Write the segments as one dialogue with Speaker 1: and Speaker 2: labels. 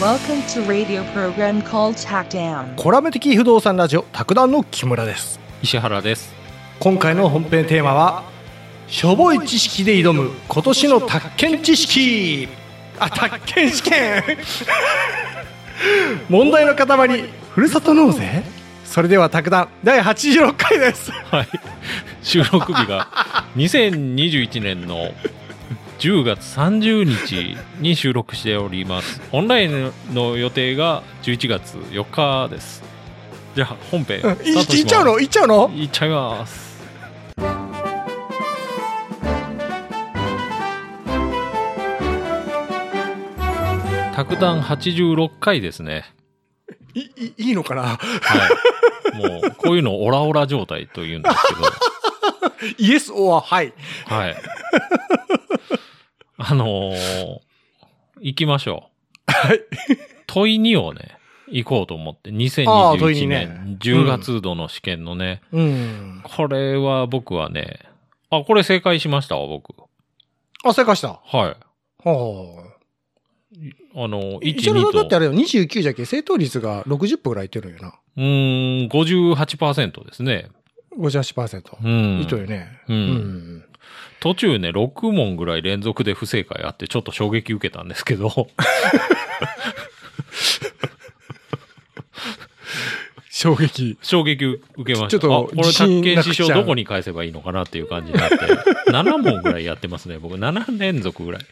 Speaker 1: Welcome to radio program called Hack Down.
Speaker 2: コラム的不動産ラジオ卓談の木村です
Speaker 3: 石原です
Speaker 2: 今回の本編テーマはしょぼい知識で挑む今年の宅建知識あ宅建試験 問題の塊ふるさと納税それでは卓談第86回です
Speaker 3: はい 収録日が2021年の10月30日に収録しておりますオンラインの予定が11月4日ですじゃあ本編スタートし
Speaker 2: い
Speaker 3: ます
Speaker 2: いっちゃうのいっちゃうの
Speaker 3: いっちゃいます卓談86回ですね
Speaker 2: いいいいのかな
Speaker 3: はい。もう、こういうのオラオラ状態と言うんですけど、
Speaker 2: イエスオアはい
Speaker 3: はい。あのー行きましょ。
Speaker 2: はいう
Speaker 3: 問い2をね、行こうと思って、
Speaker 2: ああ問い
Speaker 3: 2021
Speaker 2: に
Speaker 3: 年
Speaker 2: ね
Speaker 3: 10月度の試験のね、
Speaker 2: うん
Speaker 3: これは僕はね、あ、これ正解しましたわ、僕。
Speaker 2: あ正解した
Speaker 3: はい。
Speaker 2: はあ
Speaker 3: あの、1、
Speaker 2: 一応だっ
Speaker 3: 2
Speaker 2: て
Speaker 3: と
Speaker 2: あ、れよ、29じゃっけ、正答率が60%ぐらいいってるよな。
Speaker 3: うーん、58%ですね。
Speaker 2: 58%。
Speaker 3: うん。
Speaker 2: いいとよね。
Speaker 3: うん
Speaker 2: ん。
Speaker 3: 途中ね、6問ぐらい連続で不正解あって、ちょっと衝撃受けたんですけど。
Speaker 2: 衝撃。
Speaker 3: 衝撃受けました。
Speaker 2: ちょっと
Speaker 3: あこれ、
Speaker 2: 自信
Speaker 3: 宅建
Speaker 2: なく
Speaker 3: 師
Speaker 2: しちゃ
Speaker 3: 匠
Speaker 2: う
Speaker 3: どこに返せばいいのかなっていう感じになって、7問ぐらいやってますね、僕。7連続ぐらい。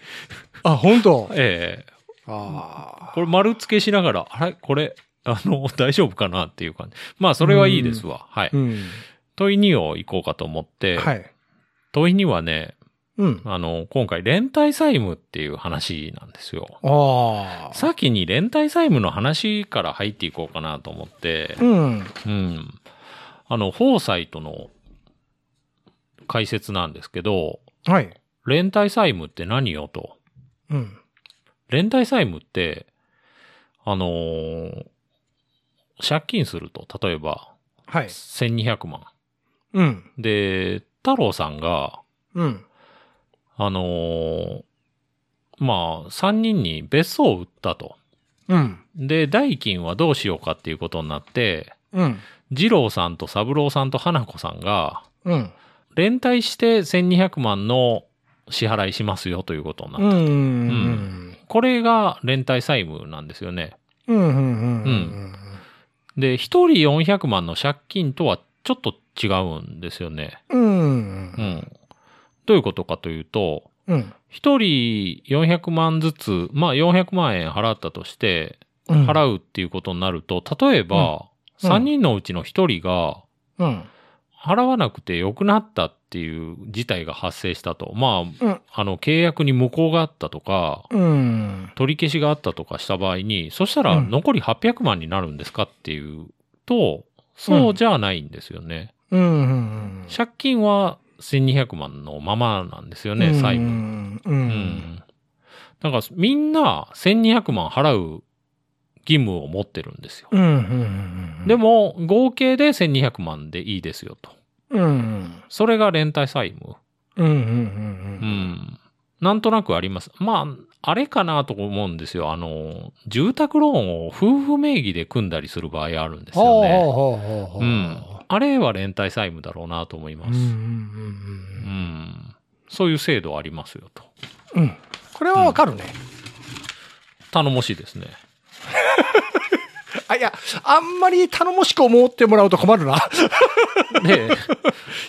Speaker 2: あ、本当。
Speaker 3: ええ
Speaker 2: ああ。
Speaker 3: これ丸付けしながら、あれこれ、あの、 大丈夫かなっていう感じ。まあ、それはいいですわ。はい。
Speaker 2: うん。
Speaker 3: 問い2を行こうかと思って、
Speaker 2: はい。
Speaker 3: 問い2はね、
Speaker 2: うん。
Speaker 3: あの、今回、連帯債務っていう話なんですよ。
Speaker 2: ああ。
Speaker 3: 先に連帯債務の話から入っていこうかなと思って、
Speaker 2: うん。
Speaker 3: うん。あの、フォーサイトの解説なんですけど、
Speaker 2: はい。
Speaker 3: 連帯債務って何よと。
Speaker 2: うん。
Speaker 3: 連帯債務って、あのー借金すると、例えば、
Speaker 2: はい。
Speaker 3: 1200万。
Speaker 2: うん。
Speaker 3: で、太郎さんが、
Speaker 2: うん。
Speaker 3: あのーまあ、3人に別荘を売ったと。
Speaker 2: うん。
Speaker 3: で、代金はどうしようかっていうことになって、
Speaker 2: うん。
Speaker 3: 二郎さんと三郎さんと花子さんが、
Speaker 2: うん。
Speaker 3: 連帯して1200万の支払いしますよということになっ
Speaker 2: う
Speaker 3: た。
Speaker 2: ん。
Speaker 3: これが連帯債務なんですよね。
Speaker 2: うん。うん。うん。
Speaker 3: で、一人400万の借金とはちょっと違うんですよね。
Speaker 2: うん。
Speaker 3: うん。どういうことかというと、
Speaker 2: うん。
Speaker 3: 一人400万ずつ、まあ400万円払ったとして、
Speaker 2: うん。う。
Speaker 3: 払うっていうことになると、例え
Speaker 2: う
Speaker 3: ば、
Speaker 2: ん
Speaker 3: 3人のうちの一人が、
Speaker 2: うん。
Speaker 3: 払わなくてよくなったっていう事態が発生したと。ま
Speaker 2: うん
Speaker 3: あ、あの、契約に無効があったとか、
Speaker 2: うん。
Speaker 3: 取り消しがあったとかした場合に、そしたら
Speaker 2: うん
Speaker 3: 残り800万になるんですかっていうと、そうじゃないんですよね。
Speaker 2: うん。
Speaker 3: 借金は1200万のままなんですよね、債務。
Speaker 2: う。
Speaker 3: うんん。だからみんな1200万払う義務を持ってるんですよ。
Speaker 2: うん。
Speaker 3: で、も、合計で1200万でいいですよと。
Speaker 2: うん。
Speaker 3: それが連帯債務。
Speaker 2: うん。うん。う。
Speaker 3: うんん。なんとなくあります。まあ、あれかなと思うんですよ。あの、住宅ローンを夫婦名義で組んだりする場合あるんですよ
Speaker 2: ほう
Speaker 3: ね。
Speaker 2: ほうほうほうほう。
Speaker 3: うん。あれは連帯債務だろうなと思います。うん。そういう制度ありますよと。
Speaker 2: うん。これはわかるね。
Speaker 3: 頼もしい ですね。
Speaker 2: あ、いや、あんまり頼もしく思ってもらうと困 るな。
Speaker 3: で、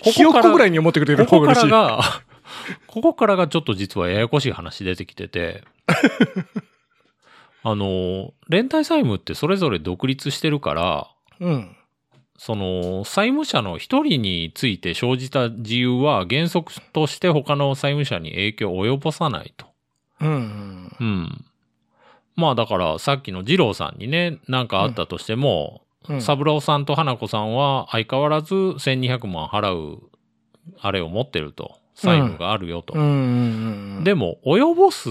Speaker 2: ひよっこぐら
Speaker 3: い
Speaker 2: いに思ってくれる方
Speaker 3: ここ
Speaker 2: が
Speaker 3: か
Speaker 2: 嬉し
Speaker 3: ら
Speaker 2: い。
Speaker 3: が、ここからがちょっと実はややこしい話出てき てて、あの、連帯債務ってそれぞれ独立してるから、
Speaker 2: うん。
Speaker 3: その、債務者の一人について生じた自由は原則として他の債務者に影響を及ぼさないと。
Speaker 2: うん。
Speaker 3: うん。まあだからさっきの二郎さんにね、なんかあったとして
Speaker 2: う
Speaker 3: も、
Speaker 2: ん
Speaker 3: 三郎さんと花子さんは相変わらず1200万払う、あれを持ってると。債務があるよと。
Speaker 2: うん。、
Speaker 3: でも、及ぼす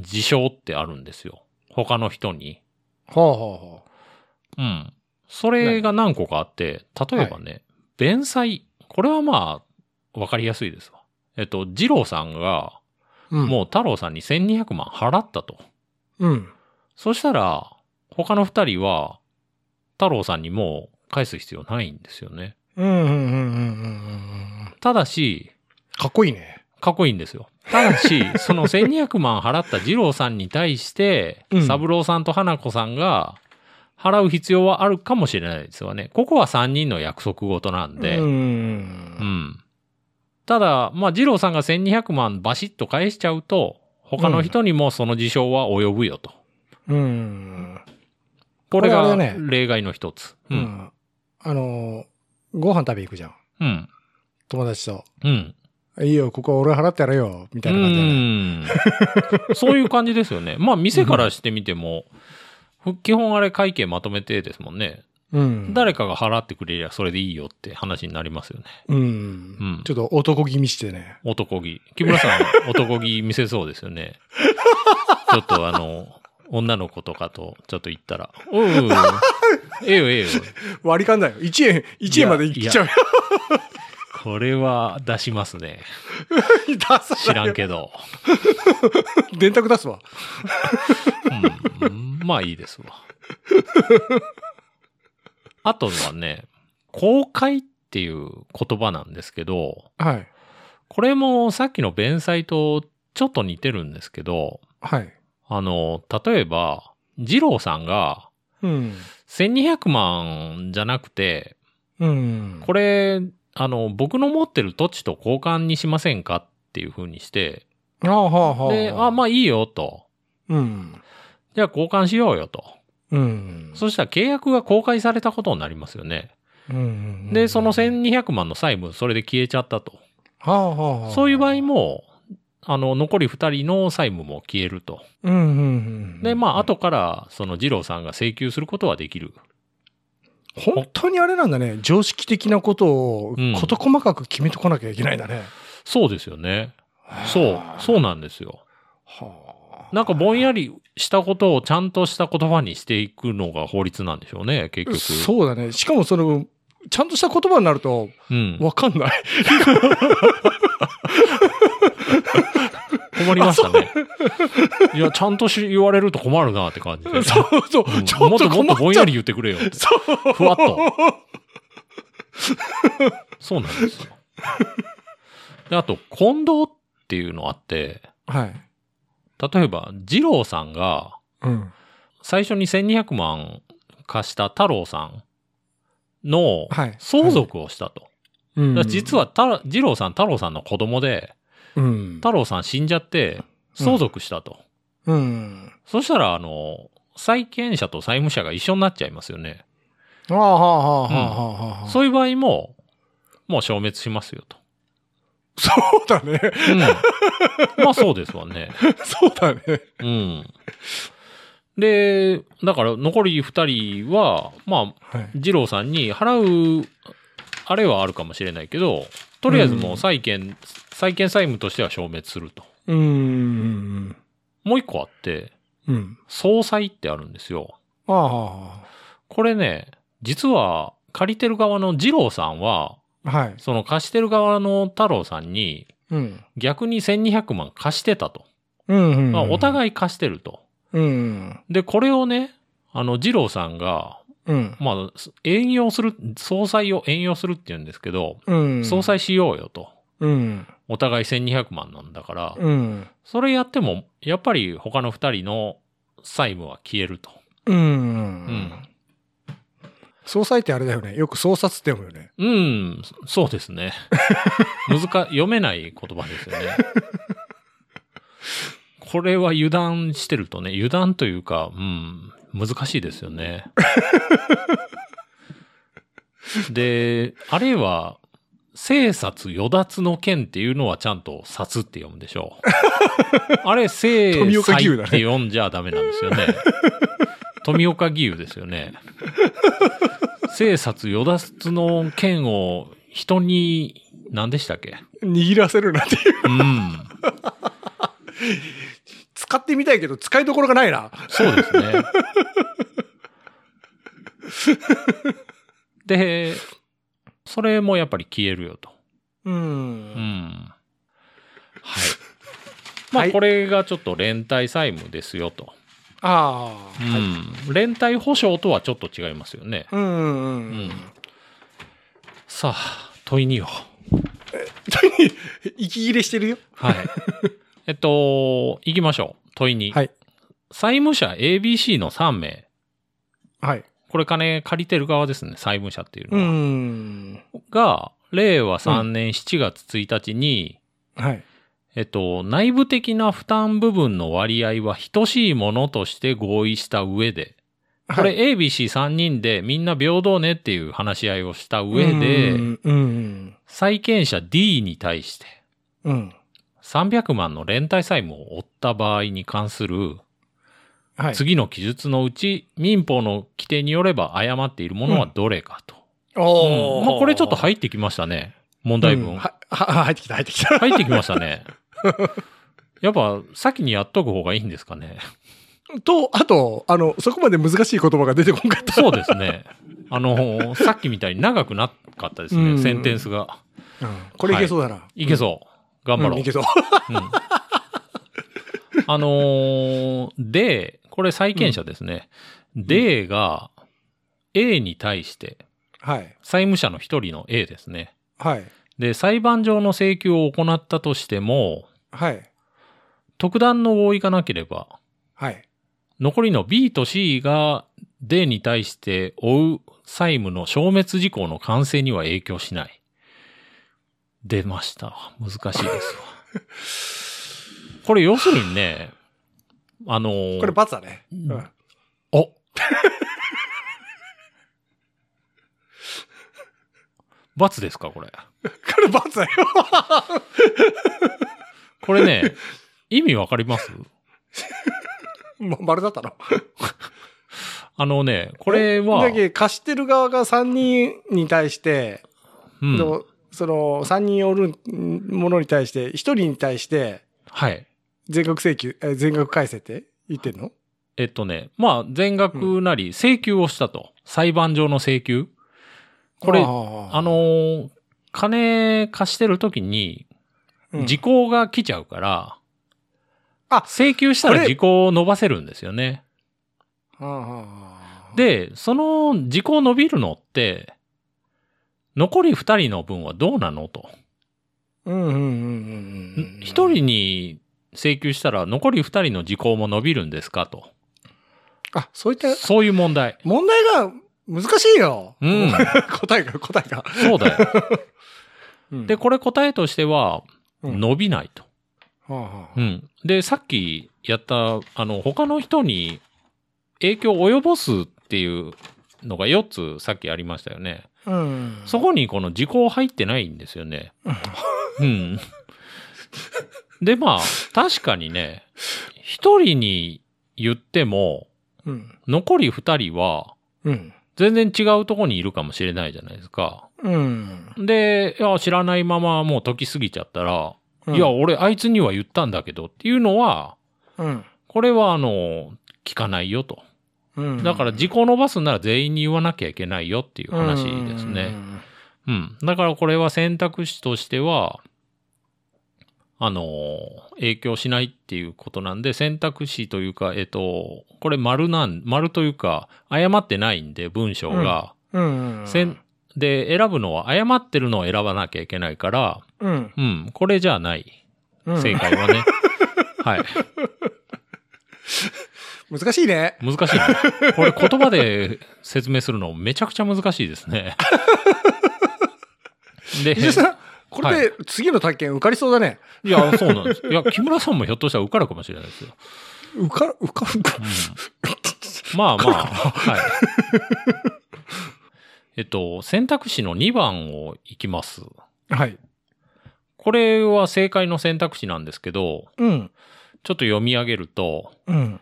Speaker 3: 事象ってあるんですよ。他の人に。
Speaker 2: ほうほうほ
Speaker 3: うん。それが何個かあって、例えばね、弁済。これはまあ、わかりやすいですわ。えっと、二郎さんが、
Speaker 2: う。うん。
Speaker 3: もう太郎さんに1200万払ったと。
Speaker 2: う。うん。
Speaker 3: そしたら、他の二人は、太郎さんにもう返す必要ないんですよね。
Speaker 2: うんうんうんうんうんうん。
Speaker 3: ただし、
Speaker 2: かっこいいね。
Speaker 3: かっこいいんですよ。た だし、その1200万払った二郎さんに対して
Speaker 2: うん、
Speaker 3: 三郎さんと花子さんが払う必要はあるかもしれないですよね。ここは3人の約束事なんで。
Speaker 2: うん
Speaker 3: うん。ただ、まあ、二郎さんが1200万バシッと返しちゃうと、他の人にもその事象は及ぶよと。
Speaker 2: うん。うん。
Speaker 3: これ
Speaker 2: これあ
Speaker 3: が
Speaker 2: れだね
Speaker 3: 例外の一つ。う。
Speaker 2: うんん。あのー、ご飯食べ行くじゃん。
Speaker 3: うん。
Speaker 2: 友達と。
Speaker 3: うん。
Speaker 2: いいよ、ここ俺払ってやるよ、みたいな感じだね。
Speaker 3: うんそういう感じですよね。まあ、店からしてみても、基本あれ会計まとめてですもんね。
Speaker 2: うん。
Speaker 3: 誰かが払ってくれりゃそれでいいよって話になりますよね。
Speaker 2: うん、
Speaker 3: ん
Speaker 2: ちょっと男気味してね。
Speaker 3: 男気。木村さん、男気見せそうですよ ね。ちょっとあの、女の子とかとちょっと言ったら、おうおうおう、 ええよええよ。
Speaker 2: 割り勘だよ。1円、1円まで行っちゃうよ。
Speaker 3: これは出しますね。
Speaker 2: 出さ
Speaker 3: 知
Speaker 2: ない
Speaker 3: らん
Speaker 2: よ。
Speaker 3: けど。
Speaker 2: 電卓出すわ。
Speaker 3: うん、まあいいですわ。あとはね、公開っていう言葉なんですけど、
Speaker 2: はい。
Speaker 3: これもさっきの弁済とちょっと似てるんですけど、
Speaker 2: はい。
Speaker 3: あの、例えば、二郎さんが
Speaker 2: うん。
Speaker 3: 1200万じゃなくて、
Speaker 2: うん。
Speaker 3: これ、あの、僕の持ってる土地と交換にしませんかっていう風にして、
Speaker 2: れ。ああ、はあ、はあ。
Speaker 3: で、あ、まあいいよと。
Speaker 2: うん。
Speaker 3: じゃあ交換しようよと。
Speaker 2: うん。
Speaker 3: そしたら契約が公開されたことになりますよね。
Speaker 2: うんうん
Speaker 3: で、その、1200万の債務、それで消えちゃったと。
Speaker 2: はあ、はあはあ。
Speaker 3: そういう場合も、あの、残り2人の債務も消えると。
Speaker 2: うん、うん、うん。
Speaker 3: で、まあ、後から、その二郎さんが請求することはできる。
Speaker 2: 本当にあれなんだね。常識的なことを
Speaker 3: うん
Speaker 2: 事細かく決めてこなきゃいけないんだね。。
Speaker 3: そうですよね。そう、そううなんですよ。
Speaker 2: はあ
Speaker 3: なんかぼんやりしたことをちゃんとした言葉にしていくのが法律なんでしょうね、結局。
Speaker 2: そうだね。しかもその、ちゃんとした言葉になると、
Speaker 3: うん。
Speaker 2: わかんない。
Speaker 3: 困りましたね。いや、ちゃんとし言われると困るなって感じ で。
Speaker 2: そうそう
Speaker 3: う。ん
Speaker 2: ちょ
Speaker 3: も
Speaker 2: っ
Speaker 3: っと
Speaker 2: と
Speaker 3: も
Speaker 2: 困
Speaker 3: っと
Speaker 2: っ
Speaker 3: ぼん
Speaker 2: ちゃ
Speaker 3: や
Speaker 2: う
Speaker 3: り。言ってくれよって。
Speaker 2: そう。
Speaker 3: ふわっと。そうなんですよ。で、あと、近藤っていうのあって、
Speaker 2: はい。
Speaker 3: 例えば、二郎さんが
Speaker 2: うん。
Speaker 3: 最初に1200万貸した太郎さんの
Speaker 2: はい
Speaker 3: 相続をしたと。
Speaker 2: うん
Speaker 3: だから実、はた、二郎さん、太郎さんの子供で、
Speaker 2: うん。
Speaker 3: 太郎さん死んじゃって、相続したと。
Speaker 2: うん。
Speaker 3: そしたら、あの、債権者と債務者が一緒になっちゃいますよね。
Speaker 2: ああ、はあ、はあ、はあ、はあはあ。
Speaker 3: そういう場合も、もう消滅しますよと。
Speaker 2: そうだね。
Speaker 3: うん。まあそうですわね。
Speaker 2: そうだね。
Speaker 3: うん。で、だから残り二人は、まあ、
Speaker 2: はい。
Speaker 3: 二郎さんに払う、あれはあるかもしれないけど、とりあえずもう債権、債権債務としては消滅すると。
Speaker 2: うん。
Speaker 3: もう一個あって、
Speaker 2: うん。
Speaker 3: 総裁ってあるんですよ。
Speaker 2: ああ、は
Speaker 3: これね、実は借りてる側の二郎さんは、
Speaker 2: あ。はい。
Speaker 3: その貸してる側の太郎さんに
Speaker 2: うん。
Speaker 3: 逆に1200万貸してたと。
Speaker 2: うん。
Speaker 3: まあ、お
Speaker 2: い。
Speaker 3: 互い貸してると。
Speaker 2: うん。
Speaker 3: で、これをね、あの、二郎さんが、
Speaker 2: うん。
Speaker 3: まあ、遠用する、総裁を遠用するって言うんですけど、
Speaker 2: うん。
Speaker 3: 総裁しようよと。
Speaker 2: うん。
Speaker 3: お互い1200万なんだから、
Speaker 2: うん。
Speaker 3: それやっても、やっぱり他の二人の債務は消えると。
Speaker 2: う
Speaker 3: うんん。。
Speaker 2: 総裁ってあれだよね。よく総殺って読むよね。
Speaker 3: うん、そうですね。 難、読めない言葉ですよね。これは油断してるとね、油断というか、うん、難しいです よね。で、あれは、生殺与奪の剣っていうのはちゃんと殺って読むでしょ う。あれ、生
Speaker 2: 富岡
Speaker 3: 殺っ
Speaker 2: 義勇だね
Speaker 3: て読んじゃダメなんですよね。富岡義勇ですよね。生殺与奪の剣を人に、何でしたっけ
Speaker 2: 握らせるなんていう。
Speaker 3: うん。
Speaker 2: 使ってみたいけど、使いどころがないな。
Speaker 3: そうですね。 で、それもやっぱり消えるよと。
Speaker 2: う。
Speaker 3: うんん。はい。ま
Speaker 2: は
Speaker 3: あ、
Speaker 2: い
Speaker 3: これがちょっと連帯債務ですよと。
Speaker 2: ああ、はい。
Speaker 3: うん連帯保証とはちょっと違いますよね。
Speaker 2: うんうん
Speaker 3: う
Speaker 2: うんん。
Speaker 3: さあ、問いによ。
Speaker 2: 息切れしてるよ。
Speaker 3: はい。 えっと、行きましょう。問いに。
Speaker 2: はい。
Speaker 3: 債務者 ABC の3名。
Speaker 2: はい。
Speaker 3: これ金借りてる側ですね、債務者っていう
Speaker 2: う
Speaker 3: のは。
Speaker 2: ん。
Speaker 3: が、令和3年7月1日に、
Speaker 2: はい。
Speaker 3: えっと、内部的な負担部分の割合は等しいものとして合意した上で、こ
Speaker 2: はい、
Speaker 3: れ ABC3 人でみんな平等ねっていう話し合いをした上
Speaker 2: う
Speaker 3: で、
Speaker 2: んうん。
Speaker 3: 債権者 D に対して
Speaker 2: うん。
Speaker 3: 300万の連帯債務を負った場合に関する
Speaker 2: はい。
Speaker 3: 次の記述のうち民法の規定によれば誤っているものはどれかと。
Speaker 2: お
Speaker 3: うん
Speaker 2: ー
Speaker 3: まあ、これちょっと入ってきましたね。問題文。
Speaker 2: うんは、は、入ってきた、入ってきた。
Speaker 3: 入ってきましたね。やっぱ先にやっとく方がいいんですかね。
Speaker 2: と、あと、あの、そこまで難しい言葉が出てこんかった。
Speaker 3: そうですね。あの、さっきみたいに長くなかったですね、
Speaker 2: うん
Speaker 3: センテンスが。
Speaker 2: うんこれいけそうだな。
Speaker 3: いけそう。頑張ろ
Speaker 2: うん
Speaker 3: う。
Speaker 2: いけそう。
Speaker 3: うんあのー、で、これ債権者ですね。で、が A に対して、
Speaker 2: はい。
Speaker 3: 債務者の一人の A ですね。
Speaker 2: はい。
Speaker 3: で、裁判上の請求を行ったとしても、
Speaker 2: はい。
Speaker 3: 特段の合意がなければ、
Speaker 2: はい。
Speaker 3: 残りの B と C が D に対して負う債務の消滅事項の完成には影響しない。出ました。難しいですわ。これ要するにね、あのー
Speaker 2: これ、罰だね。
Speaker 3: うん
Speaker 2: うん
Speaker 3: お罰ですか、これ。
Speaker 2: これ罰だよ。
Speaker 3: これね、意味わかります
Speaker 2: ま、丸だったの。
Speaker 3: あのね、これは
Speaker 2: だ、け貸してる側が3人に対して、
Speaker 3: うん
Speaker 2: でもその3人おるものに対して、1人に対して、
Speaker 3: はい。
Speaker 2: 全額請求、え全額返せって言ってんの
Speaker 3: えっとね、まあ、全額なり請求をしたと。裁判上の請求。これ、あ
Speaker 2: あ
Speaker 3: のー金貸してる時に、
Speaker 2: うん
Speaker 3: 時効が来ちゃうから、
Speaker 2: あ
Speaker 3: 請求した
Speaker 2: こ
Speaker 3: ら
Speaker 2: れ
Speaker 3: 時効を伸ばせるんですよね。
Speaker 2: はあはあ、
Speaker 3: で、その時効伸びるのって、残り二人の分はどうなのと。
Speaker 2: うんうんうんうんうん。
Speaker 3: 一人に請求したら残り二人の時効も伸びるんですかと。
Speaker 2: あ、そういった
Speaker 3: そういう問題。
Speaker 2: 問題が難しいよ。
Speaker 3: うん
Speaker 2: 答えが、答えが。
Speaker 3: そうだよ。
Speaker 2: うん
Speaker 3: で、これ答えとしては、
Speaker 2: うん
Speaker 3: 伸びないと。
Speaker 2: はあは
Speaker 3: う
Speaker 2: あ
Speaker 3: ん。で、さっきやった、あの、他の人に影響を及ぼすっていうのが4つさっきありましたよね。
Speaker 2: うん。
Speaker 3: そこにこの時効入ってないんですよね。うん。で、まあ、確かにね、1人に言っても、
Speaker 2: うん。
Speaker 3: 残り2人は
Speaker 2: うん。
Speaker 3: 全然違うとこにいるかもしれないじゃないですか。
Speaker 2: うん。
Speaker 3: で、いや知らないままもう時過ぎちゃったら、
Speaker 2: うん
Speaker 3: いや、、俺あいつには言ったんだけどっていうのは、
Speaker 2: うん。
Speaker 3: これはあの、聞かないよと。
Speaker 2: うん
Speaker 3: だから時効伸ばすなら全員に言わなきゃいけないよっていう話ですね。。うん。だからこれは選択肢としては、あの、影響しないっていうことなんで、選択肢というか、えっと、これ丸なん、丸というか、誤ってないんで、文章が。
Speaker 2: うん。うん
Speaker 3: せん、で、選ぶのは、誤ってるのを選ばなきゃいけないから、
Speaker 2: うん。
Speaker 3: うん、これじゃない。
Speaker 2: うん
Speaker 3: 正解はね。 はい。
Speaker 2: 難しいね。
Speaker 3: 難しいね。 これ言葉で説明するのめちゃくちゃ難しいで すね。で、
Speaker 2: 伊集さん、こ
Speaker 3: は
Speaker 2: れで次の探検受かりそうだね。
Speaker 3: いや、そうなんです。いや、木村さんもひょっとしたら受かるかもしれないですよ。
Speaker 2: 受かる、受かる か。
Speaker 3: うんまあまあ、はい。 えっと、選択肢の2番をいきます。
Speaker 2: はい。
Speaker 3: これは正解の選択肢なんですけど、
Speaker 2: うん。
Speaker 3: ちょっと読み上げると、
Speaker 2: うん。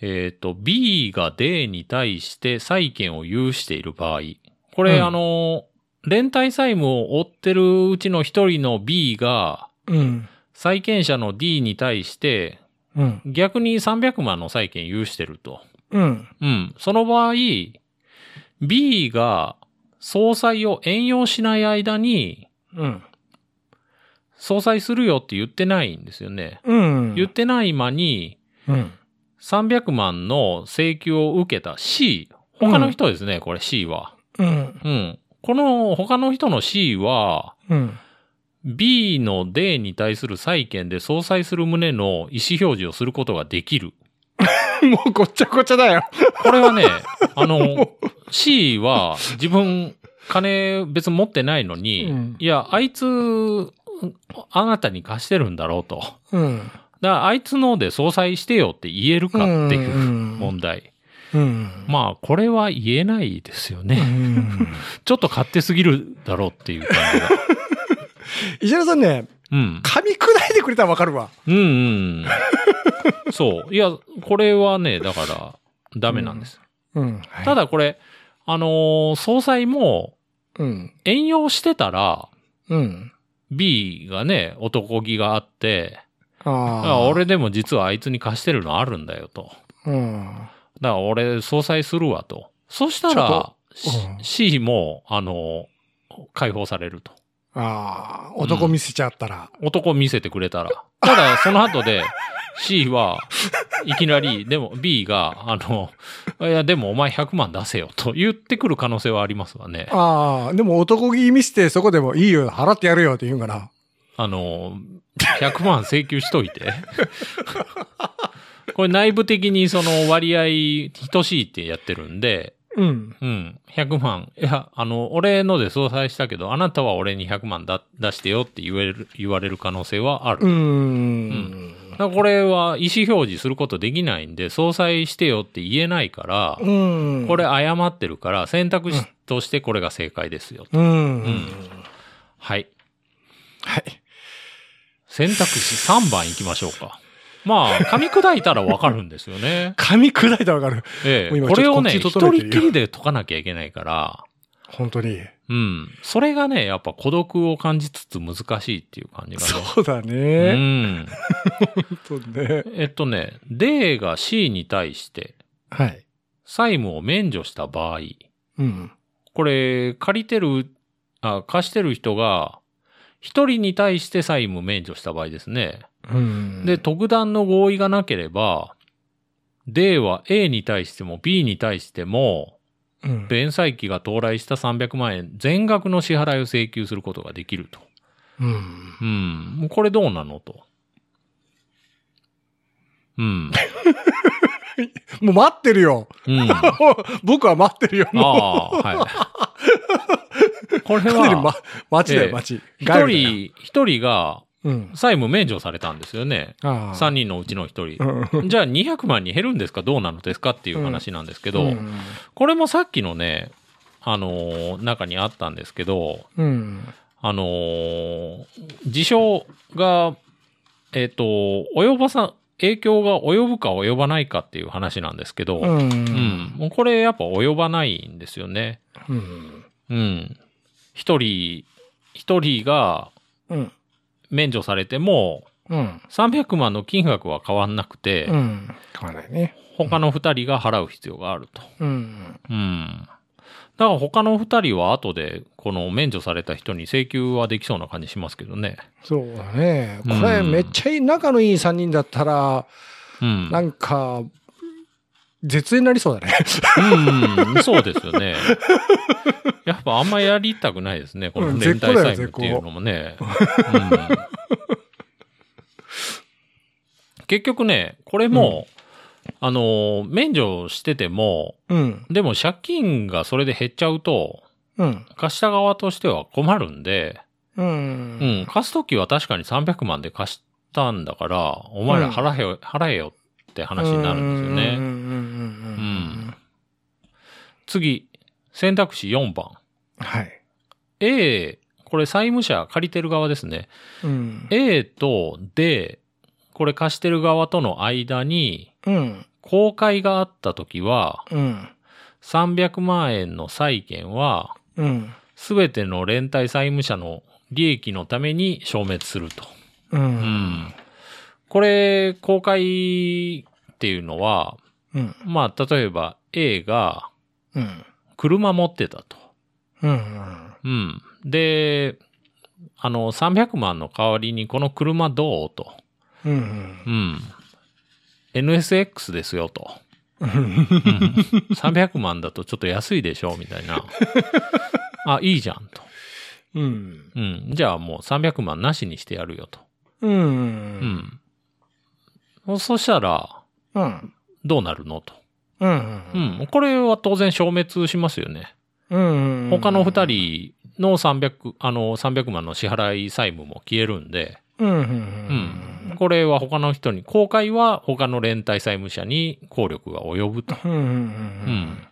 Speaker 3: えっ、と、B が D に対して債権を有している場合、こ
Speaker 2: う
Speaker 3: れ、
Speaker 2: ん
Speaker 3: あの、連帯債務を負ってるうちの一人の B が、
Speaker 2: うん。
Speaker 3: 債権者の D に対して、
Speaker 2: うん。
Speaker 3: 逆に300万の債権有してると。
Speaker 2: うん。
Speaker 3: うん。その場合、B が総裁を援用しない間に、
Speaker 2: うん。
Speaker 3: 総裁するよって言ってないんですよね。
Speaker 2: うん。
Speaker 3: 言ってない間に、
Speaker 2: うん。
Speaker 3: 300万の請求を受けた C、他の人ですね、これ C は。
Speaker 2: うん。
Speaker 3: うん。この他の人の C は、
Speaker 2: うん。
Speaker 3: B の D に対する債権で相殺する旨の意思表示をすることができる。
Speaker 2: もうごっちゃごちゃだよ。
Speaker 3: これ はね、あの、C は自分、金別に持ってないのに、
Speaker 2: うん
Speaker 3: いや、あいつ、あなたに貸してるんだろうと。だか
Speaker 2: うん。
Speaker 3: ら、あいつので相殺してよって言えるかっていう
Speaker 2: うん。
Speaker 3: 問題。
Speaker 2: うん。
Speaker 3: まあ、これは言えないですよ
Speaker 2: う
Speaker 3: ね。
Speaker 2: ん
Speaker 3: ちょっと勝手すぎるだろうっていう感 じが。
Speaker 2: 石原さんね、
Speaker 3: うん。
Speaker 2: 噛み砕いてくれたらわかるわ。
Speaker 3: うんうん。そう。いや、これはね、だから、ダメなんです。
Speaker 2: うん。
Speaker 3: た
Speaker 2: だ、
Speaker 3: だこれ、あのー総裁も、
Speaker 2: うん。
Speaker 3: 遠用してたら、
Speaker 2: うん。
Speaker 3: B がね、男気があって、
Speaker 2: あ
Speaker 3: あ
Speaker 2: あ。。
Speaker 3: 俺でも実はあいつに貸してるのあるんだよと。
Speaker 2: うん。
Speaker 3: だから俺、総裁するわと。そし
Speaker 2: ち
Speaker 3: た
Speaker 2: ょっ
Speaker 3: ら、
Speaker 2: うん
Speaker 3: C も、あのー解放されると。
Speaker 2: ああ、男見せちゃったら。
Speaker 3: 男見せてくれたら。ただ、その後で、C は、いきなり、でも B が、あの、いや、でもお前100万出せよと言ってくる可能性はありますわね。
Speaker 2: ああ、でも男気見せてそこでもいいよ、払ってやるよって言うんかな。
Speaker 3: あの、100万請求しといて。 これ内部的にその割合等しいってやってるんで、
Speaker 2: うん。
Speaker 3: うん、100万。いや、あの、俺ので相殺したけど、あなたは俺に100万だ出してよって言える、言われる可能性はある。
Speaker 2: うーん。
Speaker 3: だからこれは意思表示することできないんで、相殺してよって言えないから、
Speaker 2: うん。
Speaker 3: これ誤ってるから、選択肢としてこれが正解ですよ。
Speaker 2: うん。
Speaker 3: うんはい。
Speaker 2: はい。。
Speaker 3: 選択肢3番行きましょうか。まあ、噛み砕いたらわかるんですよね
Speaker 2: 噛み砕いたらわかる。
Speaker 3: え
Speaker 2: もう
Speaker 3: え。
Speaker 2: 今
Speaker 3: これをね、
Speaker 2: ちょ
Speaker 3: 一
Speaker 2: っとこっち整
Speaker 3: 人
Speaker 2: えてるよ
Speaker 3: っきりで解かなきゃいけないから、
Speaker 2: 本当に。
Speaker 3: うん。それがね、やっぱ孤独を感じつつ難しいっていう感じがね。
Speaker 2: そうだ
Speaker 3: う
Speaker 2: ね。
Speaker 3: ん。
Speaker 2: 本当ね。
Speaker 3: えっとね、D が C に対して
Speaker 2: はい。
Speaker 3: 債務を免除した場合、
Speaker 2: うん。
Speaker 3: これ、借りてる、あ、貸してる人が、一人に対して債務免除した場合ですね。
Speaker 2: うん
Speaker 3: で、、特段の合意がなければ、D は A に対しても B に対しても、
Speaker 2: うん
Speaker 3: 弁済期が到来した300万円全額の支払いを請求することができると。
Speaker 2: うん。
Speaker 3: うん。もうこれどうなのと。うん。
Speaker 2: もう待ってるよ。
Speaker 3: うん。あ
Speaker 2: 僕は待ってるよ。もう
Speaker 3: あ、はい。これ
Speaker 2: かなり、
Speaker 3: は
Speaker 2: ま、待ちだ
Speaker 3: ええ
Speaker 2: よ、待ち。
Speaker 3: 一
Speaker 2: 外部だよ。
Speaker 3: 人、一人が
Speaker 2: うん。
Speaker 3: 債務免除されたんですよね。
Speaker 2: あ
Speaker 3: 3人のうちの一
Speaker 2: う
Speaker 3: 人。
Speaker 2: ん。
Speaker 3: じゃあ200万に減るんですかどうなのですかっていう話なんですけど、
Speaker 2: うん
Speaker 3: これもさっきのね、あのー中にあったんですけど、
Speaker 2: うん。
Speaker 3: あのー事象が、えっ、と、及ばさ、影響が及ぶか及ばないかっていう話なんですけど、
Speaker 2: う。
Speaker 3: うんんもうこれやっぱ及ばないんですよね。
Speaker 2: うん。
Speaker 3: うん。一人、一人が
Speaker 2: うん。
Speaker 3: 免除されても、
Speaker 2: うん。
Speaker 3: 300万の金額は変わんなくて、
Speaker 2: うん。買わないね。
Speaker 3: 他の二人が払う必要があると。
Speaker 2: うん。
Speaker 3: うん。だから他の二人は後で、この免除された人に請求はできそうな感じしますけどね。
Speaker 2: そうだね。こ
Speaker 3: う
Speaker 2: れ
Speaker 3: ん
Speaker 2: めっちゃいい仲のいい3人だったら、
Speaker 3: うん。
Speaker 2: なんか、絶縁になりそうだね。
Speaker 3: うん、そうですよね。 やっぱあんまやりたくないですね、この
Speaker 2: うん
Speaker 3: 連帯債務っ
Speaker 2: 絶
Speaker 3: て
Speaker 2: 好
Speaker 3: い
Speaker 2: だよ
Speaker 3: うのもね。うん結局ね、これも、あの、免除してても、
Speaker 2: うん。
Speaker 3: でも借金がそれで減っちゃうと、
Speaker 2: うん。
Speaker 3: 貸した側としては困るんで、
Speaker 2: う。
Speaker 3: うんん、貸すときは確かに300万で貸したんだから、お前ら払えよ、払えよって話になるんですよね。
Speaker 2: うん
Speaker 3: う。ん次、選択肢4番。
Speaker 2: はい。
Speaker 3: A、これ債務者、借りてる側ですね。
Speaker 2: うん。
Speaker 3: A と D、これ貸してる側との間に、
Speaker 2: うん。
Speaker 3: 公開があった時は、
Speaker 2: うん。
Speaker 3: 300万円の債権は、
Speaker 2: うん。
Speaker 3: すべての連帯債務者の利益のために消滅すると。
Speaker 2: う。
Speaker 3: うんん。これ、公開っていうのは、
Speaker 2: うん。
Speaker 3: まあ、例えば A が
Speaker 2: うん。
Speaker 3: 車持ってたと。
Speaker 2: うん。
Speaker 3: うん。で、あの、300万の代わりにこの車どうと。
Speaker 2: うん。
Speaker 3: うん。 NSX ですよと。うん300万だとちょっと安いでしょみたいな。あ、いいじゃんと。
Speaker 2: うん。
Speaker 3: うん。じゃあもう300万なしにしてやるよと。
Speaker 2: う。
Speaker 3: うんん。そそしたら、
Speaker 2: うん。
Speaker 3: どうなるのと。
Speaker 2: うん。
Speaker 3: う
Speaker 2: うん。
Speaker 3: ん。これは当然消滅しますよね。
Speaker 2: うん。
Speaker 3: 他の二人の300、あの、300万の支払い債務も消えるんで、
Speaker 2: うん。うん。
Speaker 3: うん。これは他の人に、公開は他の連帯債務者に効力が及ぶと。
Speaker 2: うん。うん。
Speaker 3: うん。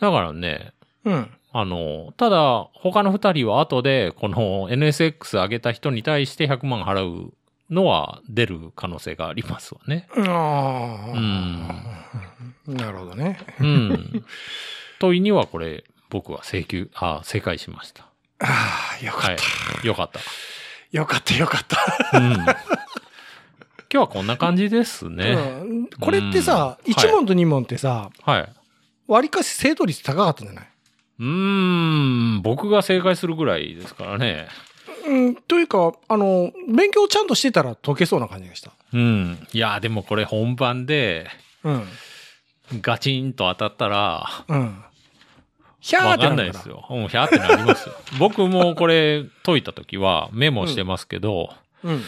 Speaker 3: だからね、
Speaker 2: うん。
Speaker 3: あの、ただ、他の二人は後で、この NSX 上げた人に対して100万払うのは出る可能性がありますわね。
Speaker 2: あ
Speaker 3: う
Speaker 2: あ。なるほどね。
Speaker 3: うん。問いにはこれ、僕は請求、あ、正解しました。
Speaker 2: ああ、よか
Speaker 3: は
Speaker 2: っ
Speaker 3: い。よかった。
Speaker 2: た。よかった、よかった。
Speaker 3: うん。今日はこんな感じですね。
Speaker 2: うんこれってさ、
Speaker 3: うん
Speaker 2: 1問と2問ってさ、
Speaker 3: はい。
Speaker 2: わりかし正答率高かったんじゃないう
Speaker 3: ーん、僕が正解するぐらいですからね。
Speaker 2: うん、というか、あの、勉強ちゃんとしてたら解けそうな感じがした。
Speaker 3: うん。いや、でもこれ本番で、
Speaker 2: うん。
Speaker 3: ガチンと当たったら、
Speaker 2: うん。ひゃー
Speaker 3: わ
Speaker 2: って
Speaker 3: かん
Speaker 2: る
Speaker 3: ないです。よ。うん、ひゃーってなりますよ。僕もこれ解いた時はメモしてますけど、
Speaker 2: うん。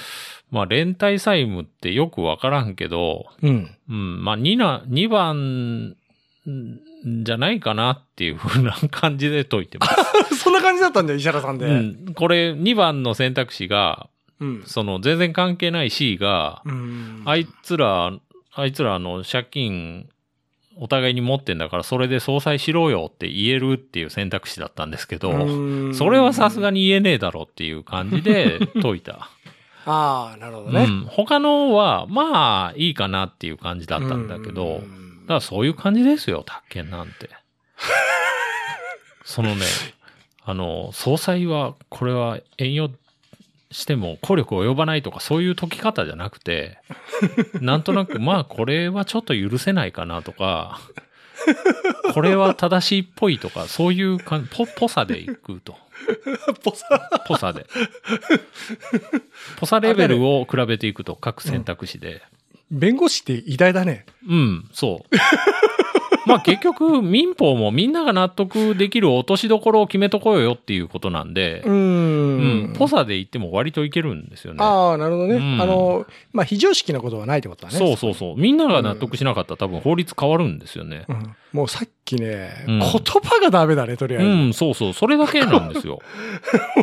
Speaker 3: まあ連帯債務ってよくわからんけど、
Speaker 2: うん。
Speaker 3: うん、まあ2な、2番んじゃないかなっていうふうな感じで解いてます。
Speaker 2: そんな感じだったんだよ、石原さんで。
Speaker 3: う。ん、これ2番の選択肢が、
Speaker 2: うん。
Speaker 3: その全然関係ない C が、
Speaker 2: うん。
Speaker 3: あいつら、あいつらあの借金お互いに持ってんだからそれで相殺しろよって言えるっていう選択肢だったんですけど、
Speaker 2: うん
Speaker 3: それはさすがに言えねえだろっていう感じで解いた。
Speaker 2: ああ、なるほど
Speaker 3: う
Speaker 2: ね。
Speaker 3: ん、他のは、まあ、いいかなっていう感じだったんだけど、だからそういう感じですよ、宅建なんて。そのね、あの、総裁は、これは遠用しても効力及ばないとか、そういう解き方じゃなくて、なんとなく、まあ、これはちょっと許せないかなとか、これは正しいっぽいとか、そういうかんぽ、ぽさでいくと。
Speaker 2: ポサ
Speaker 3: ポサで。ポサレベルを比べていくと、各選択肢で。
Speaker 2: 弁護士って偉大だね。
Speaker 3: うん、そう。 まあ結局、民法もみんなが納得できる落としどころを決めとこうよっていうことなんで、うんん、ポサで言っても割といけるんですよね。
Speaker 2: ああ、なるほどね。
Speaker 3: うん
Speaker 2: あの、まあ、非常識なことはないってことだね。
Speaker 3: そうそうそう。みんなが納得しなかったら多分法律変わるんですよね。
Speaker 2: うんもうさっきね、
Speaker 3: うん
Speaker 2: 言葉がダメだね、とりあ
Speaker 3: う
Speaker 2: えず。
Speaker 3: ん、そうそう。それだけなんですよ。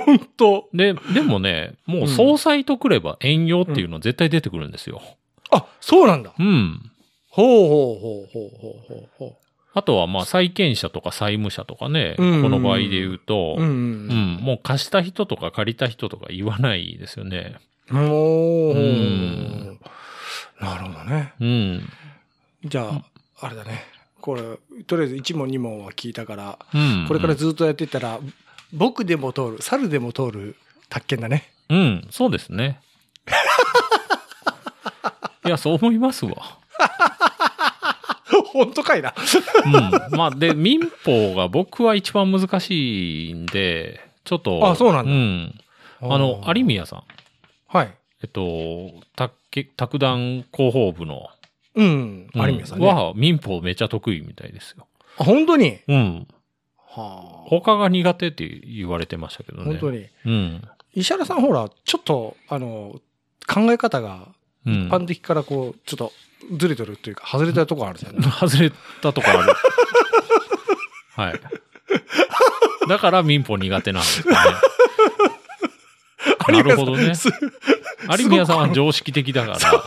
Speaker 2: 本当
Speaker 3: で、でもね、もう総裁とくれば遠用っていうの絶対出てくるんですよ。
Speaker 2: あ、そうなんだ。
Speaker 3: うん。
Speaker 2: ほうほうほうほうほうほうほ
Speaker 3: あとは、まあ、債権者とか債務者とかね、
Speaker 2: うん
Speaker 3: この場合で言うと、
Speaker 2: う。うん
Speaker 3: う
Speaker 2: うん
Speaker 3: ん、もう貸した人とか借りた人とか言わないですよね。
Speaker 2: うん。お
Speaker 3: う
Speaker 2: ー
Speaker 3: ん
Speaker 2: なるほどね。
Speaker 3: うん。
Speaker 2: じゃあ、あれだね。これ、とりあえず1問2問は聞いたから、
Speaker 3: うん。
Speaker 2: これからずっとやっていったら、僕でも通る、猿でも通る宅建だね。
Speaker 3: うん、そうですね。いや、そう思いますわ。
Speaker 2: 本当かいな。
Speaker 3: うん。まあ、で、民法が僕は一番難しいんで、ちょっと。
Speaker 2: あそうなんだ
Speaker 3: うん。あの、有宮さん。
Speaker 2: はい。
Speaker 3: えっと、宅建宅団広報部の。
Speaker 2: うん。
Speaker 3: うん
Speaker 2: 有宮さんね。あ、
Speaker 3: は、民法めっちゃ得意みたいですよ。
Speaker 2: 本当に
Speaker 3: うん。
Speaker 2: はあ。
Speaker 3: 他が苦手って言われてましたけどね。
Speaker 2: 本当に。
Speaker 3: うん。
Speaker 2: 石原さんほら、ちょっと、あの、考え方が
Speaker 3: うん
Speaker 2: 一。般的からこう、ちょっとずれてるというか、外れたとこあるじゃん。
Speaker 3: 外れたとこある。 はい。だから民法苦手なんですかね。なるほどね。
Speaker 2: す
Speaker 3: 有宮さんは常識的だから。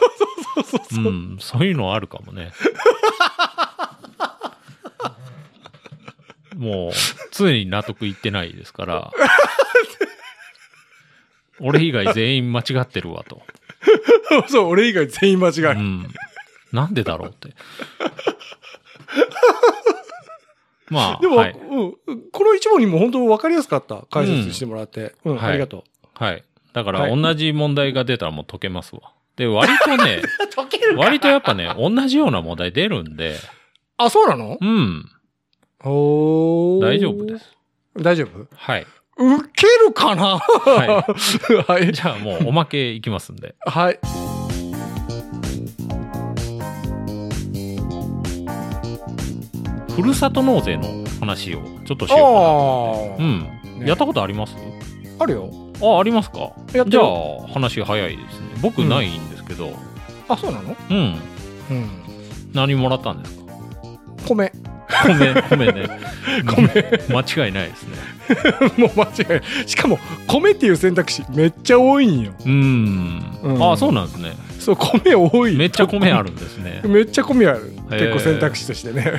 Speaker 3: うん、そういうのはあるかもね。もう、常に納得いってないですから。俺以外全員間違ってるわと。
Speaker 2: そう、俺以外全員間違い。
Speaker 3: うん。なんでだろう って。まあ、
Speaker 2: でも、
Speaker 3: はい。
Speaker 2: うん、この一問にも本当分かりやすかった。解説してもらって。うん、
Speaker 3: はい
Speaker 2: ありがとう。
Speaker 3: はい。だか
Speaker 2: は
Speaker 3: ら
Speaker 2: い
Speaker 3: 同じ問題が出たらもう解けますわ。で、割と ね、
Speaker 2: 解ける
Speaker 3: 割とやっぱね、同じような問題出るんで、
Speaker 2: あ、そうなの
Speaker 3: うん、
Speaker 2: おー
Speaker 3: 大丈夫で。す。
Speaker 2: 大丈夫
Speaker 3: はい。
Speaker 2: 受けるか な
Speaker 3: は
Speaker 2: はい
Speaker 3: い。。じゃあもうおまけいきますんで。
Speaker 2: はい。
Speaker 3: ふるさと納税の話をちょっとし
Speaker 2: あ
Speaker 3: よう
Speaker 2: あ
Speaker 3: かな。うん。やったことあります
Speaker 2: あるよ
Speaker 3: あ、ありますか
Speaker 2: やって
Speaker 3: じゃ
Speaker 2: よ
Speaker 3: あ、話早いですね。僕
Speaker 2: うん
Speaker 3: ないんですけど、
Speaker 2: あそうなの
Speaker 3: うん。
Speaker 2: うん
Speaker 3: 何もらったんですか
Speaker 2: 米
Speaker 3: 米、米ね。
Speaker 2: 米
Speaker 3: 間違いないですね。
Speaker 2: もう間違いないしかも米っていう選択肢めっちゃ多いんよ
Speaker 3: うーん。
Speaker 2: うん
Speaker 3: あ、そうなんですね。
Speaker 2: そう米多い。
Speaker 3: めっちゃ米あるんですね
Speaker 2: めっちゃ米ある
Speaker 3: へー
Speaker 2: 結構選択肢としてね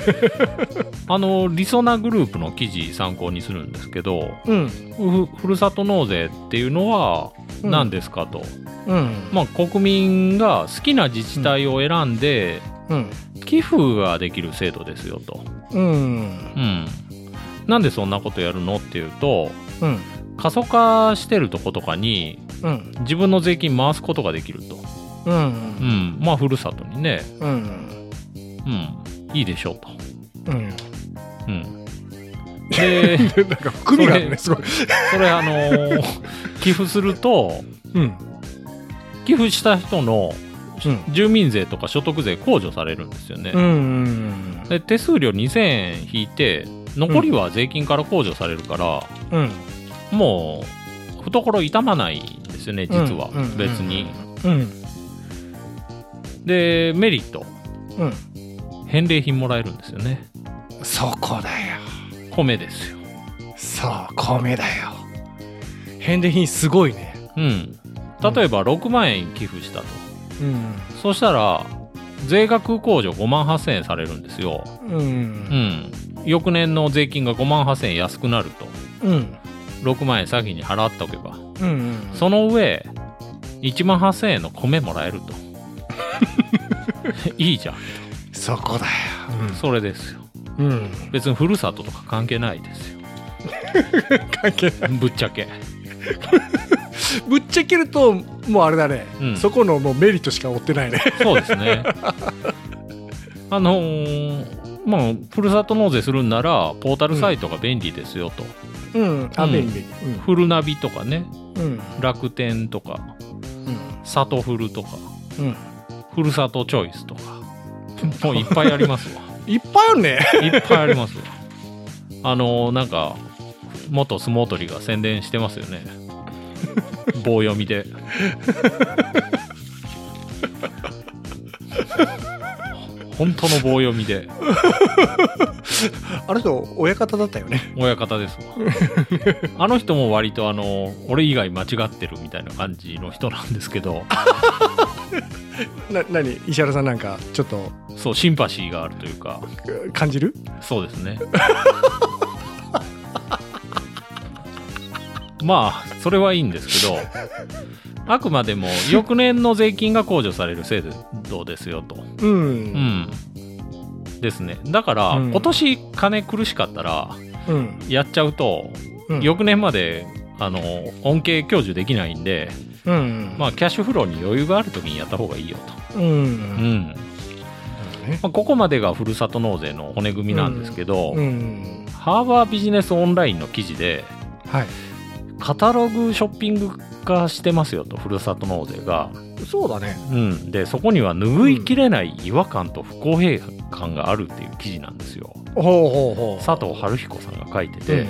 Speaker 3: あの、りそなグループの記事参考にするんですけど、
Speaker 2: うん
Speaker 3: ふふるさと納税っていうのは何ですかと。
Speaker 2: うん
Speaker 3: まあ、国民が好きな自治体を選んで、
Speaker 2: うん
Speaker 3: 寄付ができる制度ですよと。
Speaker 2: うん
Speaker 3: うん。なんでそんなことやるのっていうと、
Speaker 2: うん
Speaker 3: 過疎化してるとことかに
Speaker 2: うん
Speaker 3: 自分の税金回すことができると。
Speaker 2: う
Speaker 3: うんん。まあ、ふるさとにね、
Speaker 2: うん
Speaker 3: うん。いいでしょうと。
Speaker 2: うん
Speaker 3: うん。で、
Speaker 2: でなんか含みがあるねすごい
Speaker 3: それあのー 寄付すると、
Speaker 2: うん
Speaker 3: 寄付した人の
Speaker 2: うん
Speaker 3: 住民税とか所得税控除されるんですよね。
Speaker 2: うん
Speaker 3: で手数料2000円引いて残りは税金から控除されるから、
Speaker 2: うん
Speaker 3: もう懐痛まないんですよね実は、
Speaker 2: うんうん
Speaker 3: 別に
Speaker 2: うん
Speaker 3: でメリット
Speaker 2: うん
Speaker 3: 返礼品もらえるんですよね
Speaker 2: そこだよ
Speaker 3: 米ですよ
Speaker 2: そう米だよ返礼品すごいね
Speaker 3: うん例えば6万円寄付したと、
Speaker 2: うん
Speaker 3: そしたら税額控除5万8000円されるんですよ
Speaker 2: う
Speaker 3: うんん翌年の税金が5万8000円安くなると
Speaker 2: うん
Speaker 3: 6万円先に払っておけば
Speaker 2: うん
Speaker 3: その上1万8000円の米もらえると いいじゃん
Speaker 2: そこだよ
Speaker 3: それですよ
Speaker 2: うんうん
Speaker 3: 別にふるさととか関係ないですよ
Speaker 2: 関係ない
Speaker 3: ぶっちゃけ
Speaker 2: ぶっちゃけるともうあれだね
Speaker 3: うん
Speaker 2: そこのもうメリットしか追ってないね
Speaker 3: そうですねあのーまあふるさと納税するんならポータルサイトが便利ですよと、
Speaker 2: うんあ
Speaker 3: うん
Speaker 2: 便利
Speaker 3: フルナビとかね
Speaker 2: うん
Speaker 3: 楽天とか
Speaker 2: うん
Speaker 3: サトフルとか
Speaker 2: うん
Speaker 3: ふるさとチョイスとかもういっぱいありますわ
Speaker 2: いっぱいあるね
Speaker 3: いっぱいありますわあのーなんか元相撲取りが宣伝してますよね棒読みで本当の棒読みで
Speaker 2: あの人親方だったよね
Speaker 3: 親方ですわあの人も割とあの俺以外間違ってるみたいな感じの人なんですけど
Speaker 2: な何石原さんなんかちょっと
Speaker 3: そうシンパシーがあるというか
Speaker 2: う感じる
Speaker 3: そうですねまあそれはいいんですけどあくまでも翌年の税金が控除される制度ですよと
Speaker 2: う
Speaker 3: うんんですねだから、
Speaker 2: うん
Speaker 3: 今年金苦しかったら
Speaker 2: うん
Speaker 3: やっちゃうと、
Speaker 2: うん
Speaker 3: 翌年まであの恩恵享受できないんで
Speaker 2: うん
Speaker 3: まあ、キャッシュフローに余裕があるときにやった方がいいよと。
Speaker 2: う
Speaker 3: うんんまあ、ここまでがふるさと納税の骨組みなんですけど、
Speaker 2: うん
Speaker 3: ハーバービジネスオンラインの記事で、
Speaker 2: はい
Speaker 3: カタログショッピング化してますよと、ふるさと納税が。
Speaker 2: そうだね
Speaker 3: うん、で、そこには拭いきれない違和感と不公平感があるっていう記事なんですよ。
Speaker 2: ほうほうほう
Speaker 3: 佐藤春彦さんが書いてて、
Speaker 2: うん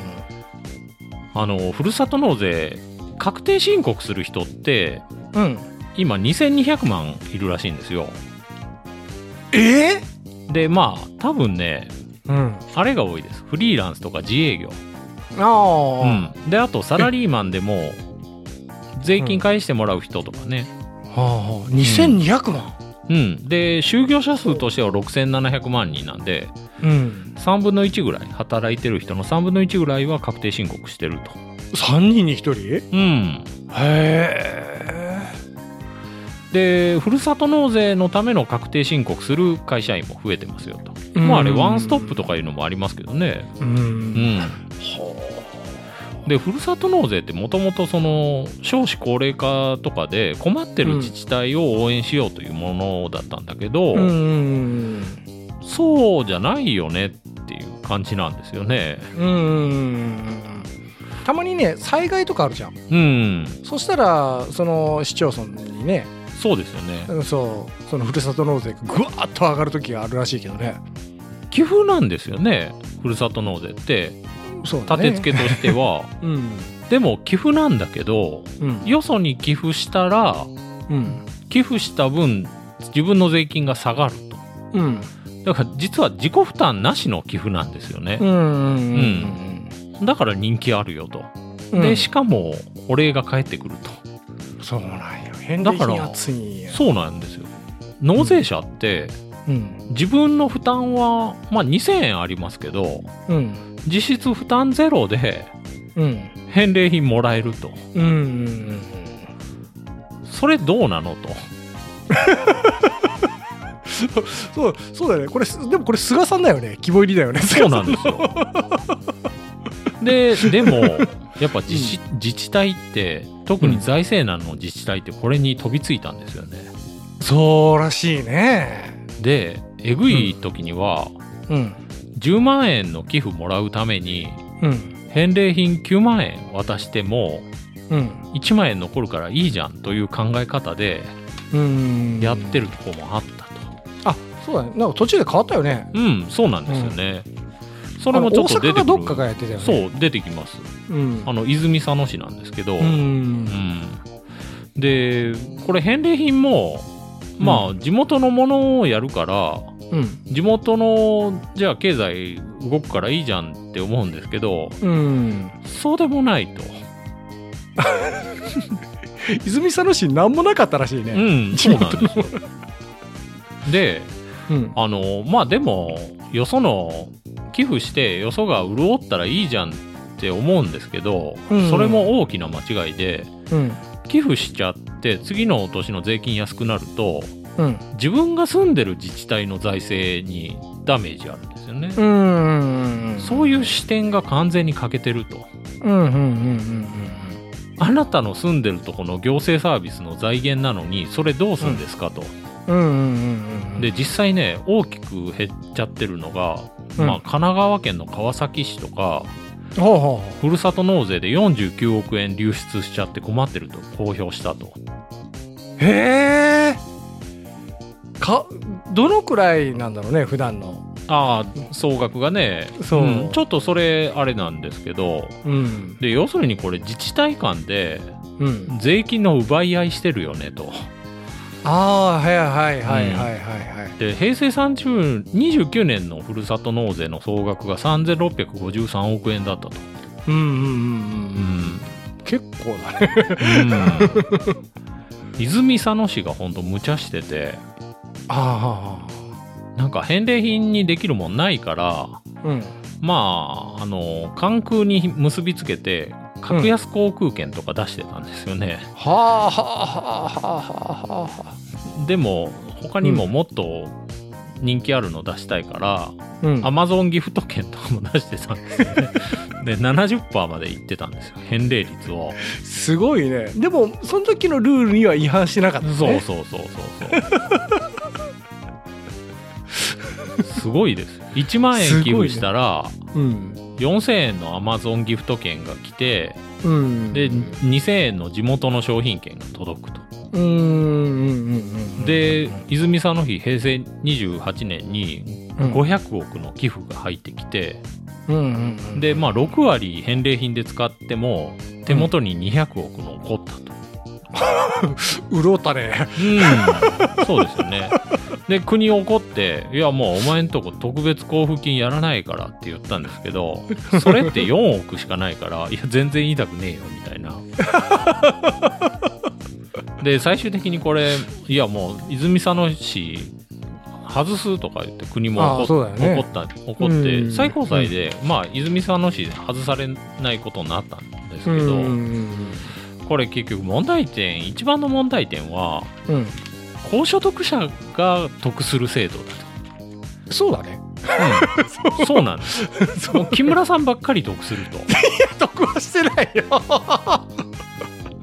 Speaker 3: あの、ふるさと納税、確定申告する人って、
Speaker 2: うん
Speaker 3: 今2200万いるらしいんですよ。
Speaker 2: え
Speaker 3: で、まあ、多分ね、
Speaker 2: うん
Speaker 3: あれが多いです。フリーランスとか自営業。う
Speaker 2: あ
Speaker 3: ん。で、あとサラリーマンでも、税金返してもらう人とかね。
Speaker 2: あはあ2200万
Speaker 3: うん。で、就業者数としては6700万人なんで、
Speaker 2: うん
Speaker 3: 3分の1ぐらい、働いてる人の3分の1ぐらいは確定申告してると。
Speaker 2: 3人に1人へ
Speaker 3: うん。
Speaker 2: え
Speaker 3: で、ふるさと納税のための確定申告する会社員も増えてますよと。まあ、あれ、ワンストップとかいうのもありますけどね。
Speaker 2: う
Speaker 3: うんん。でふるさと納税ってもともとその少子高齢化とかで困ってる自治体を応援しようというものだったんだけど、
Speaker 2: うん
Speaker 3: そうじゃないよねっていう感じなんですよね。
Speaker 2: うんたまにね災害とかあるじゃん
Speaker 3: うん
Speaker 2: そしたらその市町村にね
Speaker 3: そうですよね。
Speaker 2: うんそうそのふるさと納税がぐわっと上がる時があるらしいけどね
Speaker 3: 寄付なんですよねふるさと納税って
Speaker 2: そうだ
Speaker 3: 立
Speaker 2: ね
Speaker 3: て付けとし ては、
Speaker 2: うん
Speaker 3: でも寄付なんだけど
Speaker 2: うん
Speaker 3: よそに寄付したら
Speaker 2: うん
Speaker 3: 寄付した分自分の税金が下がると
Speaker 2: うん
Speaker 3: だから実は自己負担なしの寄付なんですよね
Speaker 2: うんう、ん
Speaker 3: だから人気あるよと、
Speaker 2: うん
Speaker 3: でしかもお礼が返ってくると
Speaker 2: そうなんよ返
Speaker 3: だ
Speaker 2: 礼
Speaker 3: から
Speaker 2: 品熱いんや
Speaker 3: そうなんですよ納税者って
Speaker 2: うん
Speaker 3: 自分の負担は、まあ、2000円ありますけど
Speaker 2: うん
Speaker 3: 実質負担ゼロで
Speaker 2: うん
Speaker 3: 返礼品もらえると
Speaker 2: うんうん
Speaker 3: それどうなのと
Speaker 2: そうそうだよねこれすでもこれ菅さんだよね希望入りだよね
Speaker 3: そうなんですよででもやっぱ自治自治体って特に財政難の自治体ってこれに飛びついたんですよね
Speaker 2: そうらしいね
Speaker 3: でえぐい時には
Speaker 2: うん
Speaker 3: 10万円の寄付もらうために
Speaker 2: うん
Speaker 3: 返礼品9万円渡しても
Speaker 2: うん
Speaker 3: 1万円残るからいいじゃんという考え方で
Speaker 2: うん
Speaker 3: やってるとこもあったと
Speaker 2: あそうだねなんか途中で変わったよね
Speaker 3: うん、そうなんですよね、それもちょっと
Speaker 2: あの
Speaker 3: 出
Speaker 2: 大阪
Speaker 3: て
Speaker 2: か
Speaker 3: く
Speaker 2: ど
Speaker 3: る
Speaker 2: っかがやってたよね
Speaker 3: そう出てきます
Speaker 2: うん
Speaker 3: あの泉佐野市なんですけど、
Speaker 2: うん
Speaker 3: うん、でこれ返礼品もまあ
Speaker 2: う
Speaker 3: 地元のものをやるから
Speaker 2: うん
Speaker 3: 地元のじゃあ経済動くからいいじゃんって思うんですけど
Speaker 2: うん
Speaker 3: そうでもないと、
Speaker 2: 泉佐野市何もなかったらしいうね
Speaker 3: ん、そうなんですよで
Speaker 2: うん
Speaker 3: あのまあでもよその寄付してよそが潤ったらいいじゃんって思うんですけど、
Speaker 2: うん
Speaker 3: それも大きな間違いで
Speaker 2: うん
Speaker 3: 寄付しちゃって次の年の税金安くなると
Speaker 2: うん
Speaker 3: 自分が住んでる自治体の財政にダメージあるんですよね、
Speaker 2: うんうん
Speaker 3: そう
Speaker 2: い
Speaker 3: いう視点が完全に欠けてると
Speaker 2: うんうんうんうん
Speaker 3: あなたの住んでるとこの行政サービスの財源なのにそれどうするんですかと、
Speaker 2: うんうんうんうん
Speaker 3: で実際ね大きく減っちゃってるのが、
Speaker 2: うん
Speaker 3: まあ、神奈川県の川崎市とか
Speaker 2: ほうほ
Speaker 3: ふるさと納税で49億円流出しちゃって困ってると公表したと
Speaker 2: うへえかどのくらいなんだろうね普段の
Speaker 3: ああ総額がね
Speaker 2: そうん
Speaker 3: ちょっとそれあれなんですけど
Speaker 2: うん
Speaker 3: で要するにこれ自治体間で
Speaker 2: うん
Speaker 3: 税金の奪い合いしてるよねと
Speaker 2: ああはいはいはいはいはいはい
Speaker 3: で平成30 29年のふるさと納税の総額が3653億円だったと、
Speaker 2: うんうんうんうん
Speaker 3: う
Speaker 2: うん
Speaker 3: ん、
Speaker 2: 結構だね
Speaker 3: 泉佐野市がほんと無茶してて
Speaker 2: あ
Speaker 3: なんか返礼品にできるもんないから
Speaker 2: あうん
Speaker 3: まああの関空に結びつけて格安航空券とか出してたんですよね、
Speaker 2: はあはあはあはあはあは
Speaker 3: でも他にももっと人気あるの出したいから、
Speaker 2: あうん
Speaker 3: アマゾンギフト券とかも出してたんですよねで70%までいってたんですよ返礼率を
Speaker 2: すごいねでもその時のルールには違反しなかったね
Speaker 3: そうそうそうそうそうすごいです1万円寄付したら、
Speaker 2: うん
Speaker 3: 4000円のアマゾンギフト券が来て
Speaker 2: うん
Speaker 3: で
Speaker 2: うん
Speaker 3: 2000円の地元の商品券が届くと
Speaker 2: うんうんうんうん
Speaker 3: で泉佐野日平成28年に
Speaker 2: うん
Speaker 3: 500億の寄付が入ってきて、
Speaker 2: うんうんうん
Speaker 3: で、まあ、6割返礼品で使っても手元に200億残ったと、
Speaker 2: 潤ったね
Speaker 3: うん、そうですよねで国怒って「いやもうお前んとこ特別交付金やらないから」って言ったんですけどそれって4億しかないから「いや全然痛くねえよ」みたいな。で最終的にこれいやもう泉佐野市外すとか言って国も
Speaker 2: ああそう
Speaker 3: 怒,、
Speaker 2: だよね
Speaker 3: 怒った怒って、
Speaker 2: うん
Speaker 3: 最高裁で、まあ泉佐野市外されないことになったんですけ
Speaker 2: うん
Speaker 3: ど、
Speaker 2: うん
Speaker 3: これ結局問題点一番の問題点は
Speaker 2: うん
Speaker 3: 高所得者が得する制度
Speaker 2: そうだね
Speaker 3: だと、うん、 そうなんですもう木村さんばっかり得する
Speaker 2: 得はしてないよ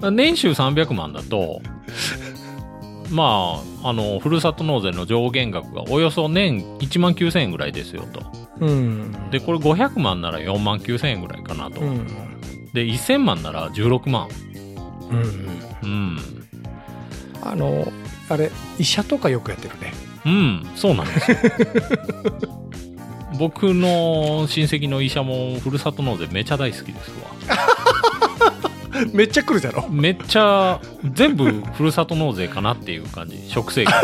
Speaker 3: と年収300万だとまああのふるさと納税の上限額がおよそ年1万9000円ぐらいですよと
Speaker 2: うん
Speaker 3: でこれ500万なら4万9000円ぐらいかなと、
Speaker 2: うん
Speaker 3: で1000万なら16万
Speaker 2: うん
Speaker 3: うん
Speaker 2: あのあれ医者とかよくやってるね
Speaker 3: うんそうなんですよ僕の親戚の医者もふるさと納税めちゃ大好きですわ
Speaker 2: めっちゃ来るじゃろ
Speaker 3: めっちゃ全部ふるさと納税かなっていう感じ食生活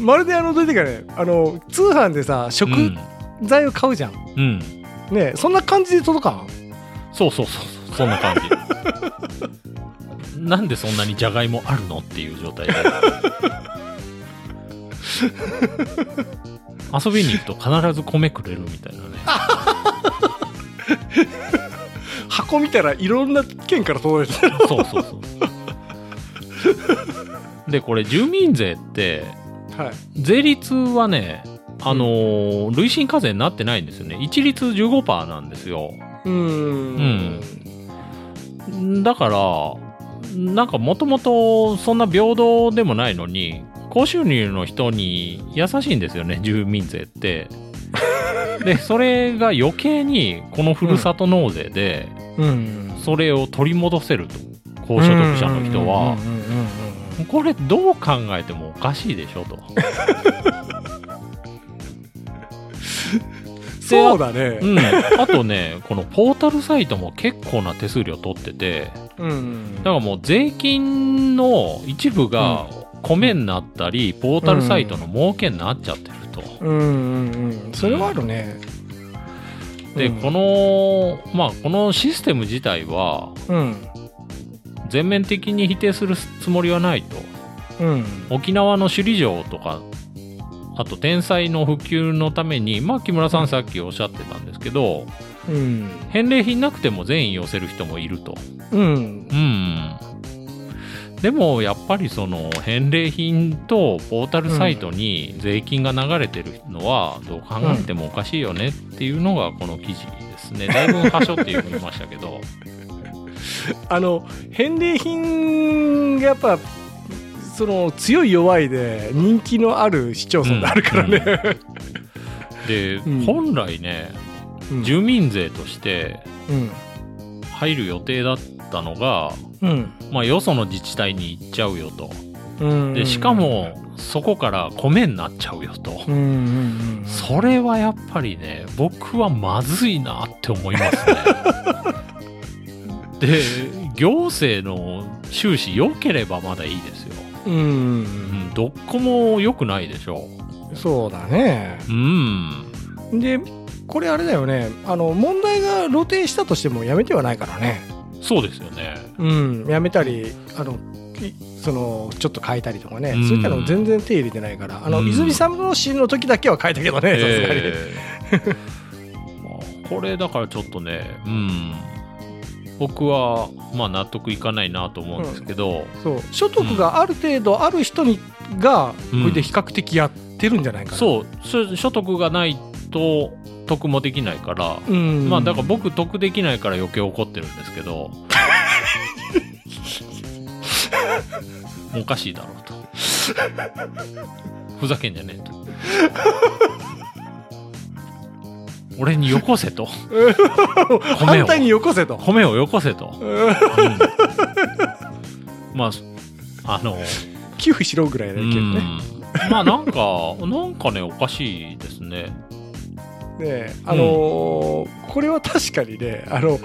Speaker 2: まるであの出てからねあの通販でさ
Speaker 3: う
Speaker 2: 食
Speaker 3: ん、
Speaker 2: 材を買うじゃん、
Speaker 3: うん、
Speaker 2: ねえそんな感じで届かん
Speaker 3: そうそうそうそうそんな感じなんでそんなにじゃがいもあるのっていう状態で遊びに行くと必ず米くれるみたいなね
Speaker 2: 箱見たらいろんな県から届いてる
Speaker 3: そうそうそう。で、これ、住民税って、
Speaker 2: はい
Speaker 3: 税率はね、あのー累進課税になってないんですよね。一律15%なんですよ。
Speaker 2: うーん
Speaker 3: うんだから、なんかもともとそんな平等でもないのに、高収入の人に優しいんですよね、住民税って。で、それが余計に、このふるさと納税で、
Speaker 2: うん
Speaker 3: それを取り戻せると。高所得者の人は
Speaker 2: うん。うんうんうんうん
Speaker 3: これどう考えてもおかしいでしょと。
Speaker 2: そうだね
Speaker 3: うん、あとね、このポータルサイトも結構な手数料取ってて、
Speaker 2: うん
Speaker 3: だからもう税金の一部が米になったり、ポータルサイトの儲けになっちゃってると。
Speaker 2: うんうんうんそれはあるね
Speaker 3: で、
Speaker 2: うん
Speaker 3: この、まあ、このシステム自体は、
Speaker 2: うん
Speaker 3: 全面的に否定するつもりはないと。
Speaker 2: うん
Speaker 3: 沖縄の首里城とか、あと天才の普及のために、まあ、木村さんさっきおっしゃってたんですけど、
Speaker 2: うん
Speaker 3: 返礼品なくても善意寄せる人もいると。
Speaker 2: うん
Speaker 3: うん。でもやっぱりその返礼品とポータルサイトに税金が流れてるのはどう考えてもおかしいよねっていうのがこの記事ですね。だいぶ箇所って言いましたけど。
Speaker 2: あの返礼品がやっぱその強い弱いで人気のある市町村であるからね、
Speaker 3: で、
Speaker 2: うん
Speaker 3: 本来ね、
Speaker 2: うん
Speaker 3: 住民税として
Speaker 2: うん
Speaker 3: 入る予定だったのが、
Speaker 2: うん
Speaker 3: まあよその自治体に行っちゃうよと。
Speaker 2: うん
Speaker 3: で、しかもそこから米になっちゃうよと。
Speaker 2: うんうんうん
Speaker 3: それはやっぱりね僕はまずいなって思いま すねで行政の収支良ければまだいいですよ、
Speaker 2: うんうん
Speaker 3: う
Speaker 2: うん
Speaker 3: ん、どこも良くないでしょ
Speaker 2: そうだね
Speaker 3: ううん
Speaker 2: でこれあれだよねあの問題が露呈したとしてもやめてはないからね
Speaker 3: そうですよね
Speaker 2: うんやめたりあのいそのちょっと変えたりとかね、
Speaker 3: うん
Speaker 2: そういったの全然手入れてないからあの、
Speaker 3: うん
Speaker 2: 泉三郎氏の時だけは変えたけどね さすがに、
Speaker 3: えーまあこれだからちょっとねうん僕はまあ納得いかないなと思うんですけど、
Speaker 2: そう所得がある程度ある人にが、
Speaker 3: うん
Speaker 2: これで比較的やってるんじゃないかな
Speaker 3: そう所所得がないと得もできないから
Speaker 2: う、ん、
Speaker 3: まあだから僕得できないから余計怒ってるんですけど おかしいだろうとふざけんじゃねえと俺によこ せと米
Speaker 2: 反
Speaker 3: を
Speaker 2: 対によこせと
Speaker 3: 米をよこせと、
Speaker 2: うん
Speaker 3: うんまああの
Speaker 2: 寄付しろぐらいだけどね
Speaker 3: うんまあなんかなんかねおかしいですね
Speaker 2: ねあのーこれは確かにねあの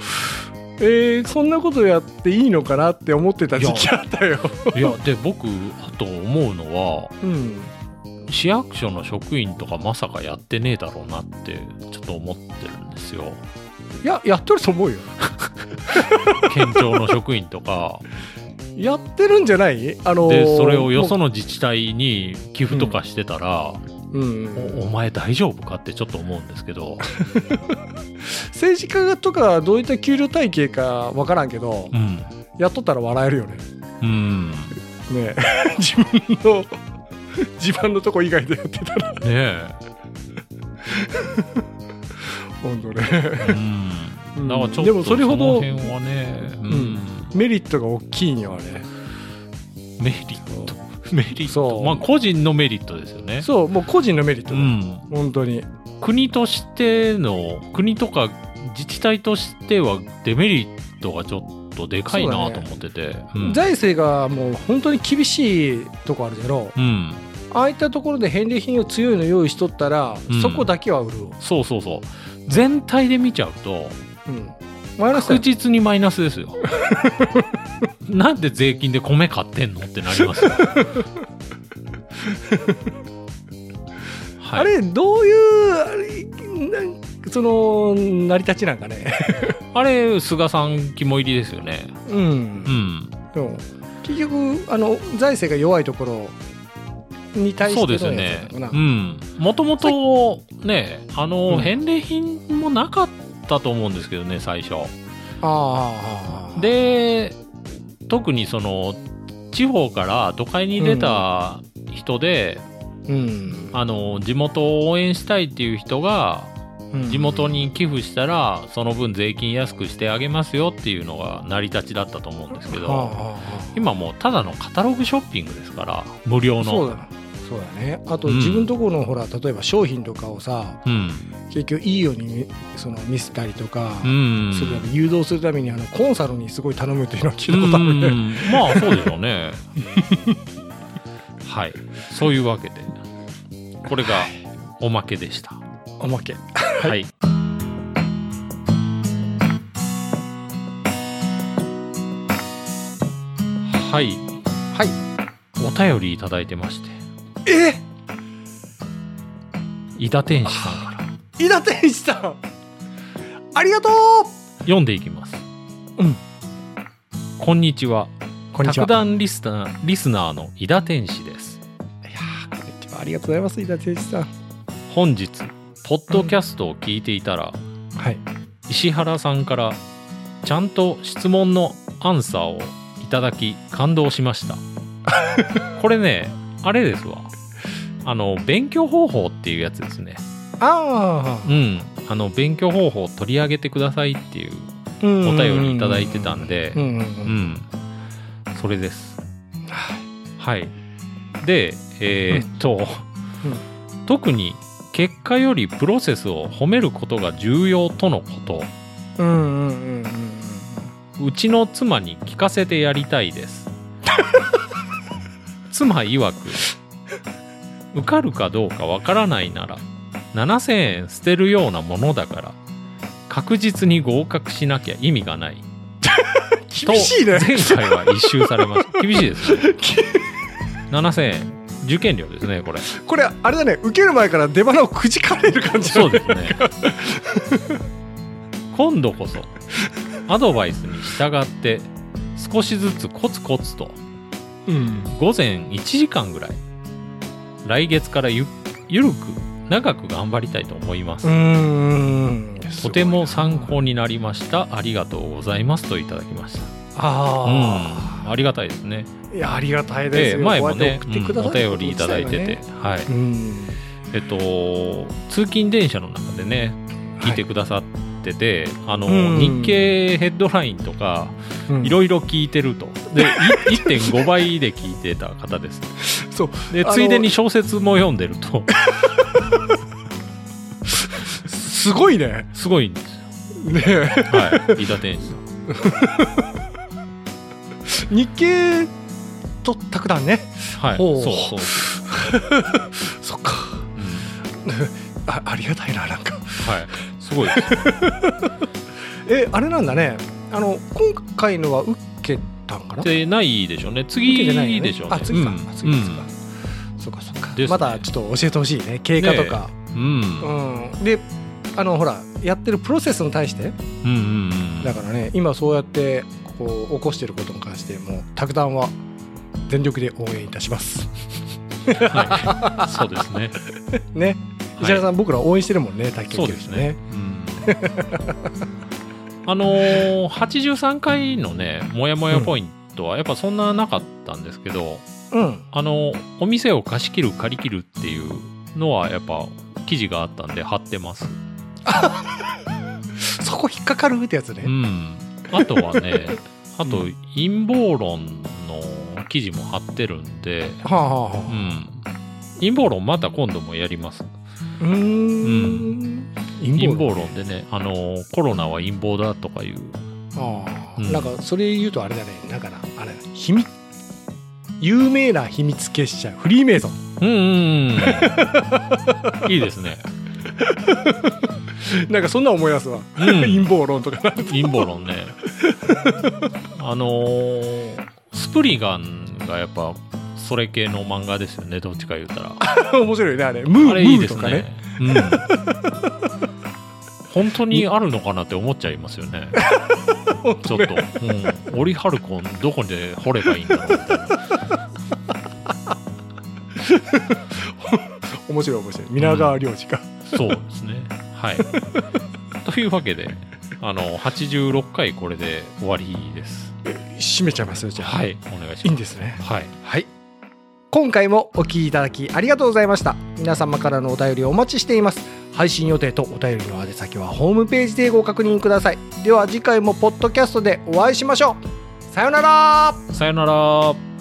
Speaker 2: えーそんなことやっていいのかなって思ってた時期あったよ。
Speaker 3: いやで僕あと思うのは
Speaker 2: うん、
Speaker 3: 市役所の職員とかまさかやってねえだろうなってちょっと思ってるんですよ
Speaker 2: いややってると思うよ。
Speaker 3: 県庁の職員 とか
Speaker 2: やってるんじゃないあのー
Speaker 3: でそれをよそ
Speaker 2: も
Speaker 3: の自治体に寄付とかしてたら、
Speaker 2: ううん、
Speaker 3: おお前大丈夫かってちょっと思うんですけど、
Speaker 2: 政治家とかどういった給料体系か分からんけど、
Speaker 3: うん
Speaker 2: やっとったら笑えるよね。
Speaker 3: うん、ね
Speaker 2: ね え自分の 自慢のとこ以外でやってたら
Speaker 3: え、
Speaker 2: 本当ね
Speaker 3: う
Speaker 2: うん
Speaker 3: ん、だからちょっ
Speaker 2: で
Speaker 3: と
Speaker 2: も
Speaker 3: そ
Speaker 2: それ
Speaker 3: の
Speaker 2: ほど
Speaker 3: 辺はね、うん、
Speaker 2: メリットが大きいんよあ
Speaker 3: メリットメリッ
Speaker 2: そ
Speaker 3: ト
Speaker 2: う
Speaker 3: まあ個人のメリットですよね
Speaker 2: れそうもう個人のメリット
Speaker 3: う
Speaker 2: だ、
Speaker 3: ん
Speaker 2: 本当に
Speaker 3: 国としての国とか自治体としてはデメリットがちょっとでかいな
Speaker 2: そうだ
Speaker 3: と
Speaker 2: ね
Speaker 3: 思っててうん
Speaker 2: 財政がもう本当に厳しいとこあるじゃろ
Speaker 3: うん
Speaker 2: あああいったところで返礼品を強いの用意しとったら、
Speaker 3: うん
Speaker 2: そこだけは潤う、
Speaker 3: そうそうそう全体で見ちゃうと
Speaker 2: うん、マイナスだ
Speaker 3: 確
Speaker 2: よ
Speaker 3: 実にマイナスですよ なんで税金で米買ってんのってな りますよはい
Speaker 2: あれどういうあれなんその成り立ちなんかね
Speaker 3: あれ菅さん肝入りですよね
Speaker 2: うん、
Speaker 3: うん
Speaker 2: でも結局あの財政が弱いところに対して
Speaker 3: そう
Speaker 2: の
Speaker 3: ですよ
Speaker 2: やつだ
Speaker 3: ね
Speaker 2: からな
Speaker 3: うんもともとねあの、
Speaker 2: うん
Speaker 3: 返礼品もなかったと思うんですけどね最初
Speaker 2: ああ
Speaker 3: で特にその地方から都会に出た人で、
Speaker 2: うん
Speaker 3: あの地元を応援したいっていう人が
Speaker 2: うん
Speaker 3: 地元に寄付したらその分税金安くしてあげますよっていうのが成り立ちだったと思うんですけ
Speaker 2: あ
Speaker 3: ど
Speaker 2: あ
Speaker 3: 今もうただのカタログショッピングですから無料
Speaker 2: そう
Speaker 3: の
Speaker 2: だなそうだねあと
Speaker 3: うん
Speaker 2: 自分とこのほら例えば商品とかをさ
Speaker 3: うん
Speaker 2: 結局いいようにその見せたりとか
Speaker 3: うん
Speaker 2: するため誘導するためにあのコンサルにすごい頼むというのは聞いたことある
Speaker 3: うんう
Speaker 2: ね
Speaker 3: んまあそうでしょ うねはいそういうわけでこれがおまけでした
Speaker 2: おまけ
Speaker 3: はい。はい。
Speaker 2: はい
Speaker 3: お便りいただいてまして、
Speaker 2: え
Speaker 3: 伊田天使さんから
Speaker 2: 伊田天一さんありがとう
Speaker 3: 読んでいきます。
Speaker 2: うん。
Speaker 3: こんにちは。
Speaker 2: こんにちは
Speaker 3: 卓談リスナーリスナーの伊田天使です。
Speaker 2: いやーこんにちはありがとうございます伊田天一さん
Speaker 3: 本日、ポッドキャストを聞いていたら、
Speaker 2: はい
Speaker 3: 石原さんからちゃんと質問のアンサーをいただき感動し ましたこれねあれですわあの勉強方法っていうやつですね
Speaker 2: ああ
Speaker 3: うんあの勉強方法を取り上げてくださいっていう
Speaker 2: お
Speaker 3: お便りいただいてたんで
Speaker 2: うんうんう
Speaker 3: うんんそれです
Speaker 2: はい
Speaker 3: はいでえーっと、特に結果よりプロセスを褒めることが重要とのこと
Speaker 2: うんうんうんうん
Speaker 3: うちの妻に聞かせてやりたいです 妻曰く受かるかどうかわからないなら7000円捨てるようなものだから確実に合格しなきゃ意味がない
Speaker 2: 厳しいね
Speaker 3: と前回は一周されま した厳しいですね7000円受験料ですねこれ
Speaker 2: これあれだね受ける前から出花をくじかれる感じだね
Speaker 3: そうですね今度こそアドバイスに従って少しずつコツコツと
Speaker 2: うん
Speaker 3: 午前1時間ぐらい来月からゆゆるく長く頑張りたいと思います、
Speaker 2: うん
Speaker 3: とても参考になりましたありがとうございますといただきました
Speaker 2: あ
Speaker 3: ありがたいですね
Speaker 2: あ、いやありがたい
Speaker 3: で
Speaker 2: ですよ、
Speaker 3: 前もね、
Speaker 2: こ
Speaker 3: う
Speaker 2: うやって送ってく
Speaker 3: ん
Speaker 2: だ
Speaker 3: お
Speaker 2: さること
Speaker 3: 便りい
Speaker 2: 自
Speaker 3: ただ
Speaker 2: 体
Speaker 3: い
Speaker 2: が
Speaker 3: てて、
Speaker 2: ね
Speaker 3: はい
Speaker 2: うん
Speaker 3: えっと通勤電車の中でね聞いてくださってて、あの
Speaker 2: うん
Speaker 3: 日経ヘッドラインとか
Speaker 2: うん
Speaker 3: いろいろ聞いてるとでい1.5倍で聞いてた方です
Speaker 2: そう
Speaker 3: で
Speaker 2: あの
Speaker 3: ついでに小説も読んでると
Speaker 2: すごいね
Speaker 3: すごいんですよ
Speaker 2: ねえ
Speaker 3: はい、飯田天使さん。
Speaker 2: 日経と卓談ね
Speaker 3: はい、
Speaker 2: ほう
Speaker 3: そうそう。
Speaker 2: そっか
Speaker 3: うん
Speaker 2: あありがたいななんか
Speaker 3: はい、すごいですよ。
Speaker 2: えあれなんだねあの今回のは受けたんかな
Speaker 3: で、ないでしょうね。
Speaker 2: 受けてない
Speaker 3: 次
Speaker 2: よね
Speaker 3: でしょうね。
Speaker 2: あ次か、
Speaker 3: うん
Speaker 2: あ次か次か、そっかそっか、
Speaker 3: ですね
Speaker 2: まだちょっと教えてほしいね経過とか、
Speaker 3: うん、
Speaker 2: うんであのほらやってるプロセスに対して
Speaker 3: うん、うん、うん。
Speaker 2: だからね今そうやってこう起こしてることに関しても卓談は全力で応援いたします
Speaker 3: はい、そうですね。
Speaker 2: ね
Speaker 3: はい
Speaker 2: 石原さん、僕ら応援してるもんね卓球
Speaker 3: そうですね。うん。あのー、83回のね、もやもやポイントは、やっぱそんななかったんですけど、
Speaker 2: うん
Speaker 3: あのー、お店を貸し切る、借り切るっていうのは、やっぱ、記事があったんで貼ってます。
Speaker 2: そこ引っかかるってやつね、
Speaker 3: うん、あとはねあと
Speaker 2: う
Speaker 3: 陰謀論の記事も貼ってるんで、
Speaker 2: はあはあ
Speaker 3: う
Speaker 2: はあ
Speaker 3: ん、陰謀論また今度もやります
Speaker 2: うーん陰
Speaker 3: 陰
Speaker 2: 謀
Speaker 3: 謀論でねあのコロナは陰謀だとかいう
Speaker 2: ああ、
Speaker 3: うん
Speaker 2: なんかそれ言うとあれだねだからあれだ秘密有名な秘密結社フリーメイソン
Speaker 3: うんうんうん いいですね
Speaker 2: なんかそんな思い出すわ、
Speaker 3: うん
Speaker 2: 陰謀論とかな
Speaker 3: 陰謀論ねあのースプリガンがやっぱそれ系の漫画ですよねどっちか言うたら
Speaker 2: 面白いねあれムー
Speaker 3: あれいい
Speaker 2: ムー
Speaker 3: で
Speaker 2: と
Speaker 3: す
Speaker 2: か
Speaker 3: ね
Speaker 2: ね
Speaker 3: うん、本当にあるのかなって思っちゃいますよ ねちょっと、うん、オリハルコンどこで掘ればいいんだろうみたいな
Speaker 2: 面白い面白い皆川良二が、
Speaker 3: そうですね。はい。というわけで、あの、86回これで終わりです。
Speaker 2: 締めちゃいますよじゃあ
Speaker 3: はい。お願いしま
Speaker 2: い
Speaker 3: す。
Speaker 2: いんですね
Speaker 3: はい。
Speaker 2: はい。今回もお聞きいただきありがとうございました。皆様からのお便りをお待ちしています。配信予定とお便りの宛先はホームページでご確認ください。では次回もポッドキャストでお会いしましょう。さようなら。
Speaker 3: さよなら。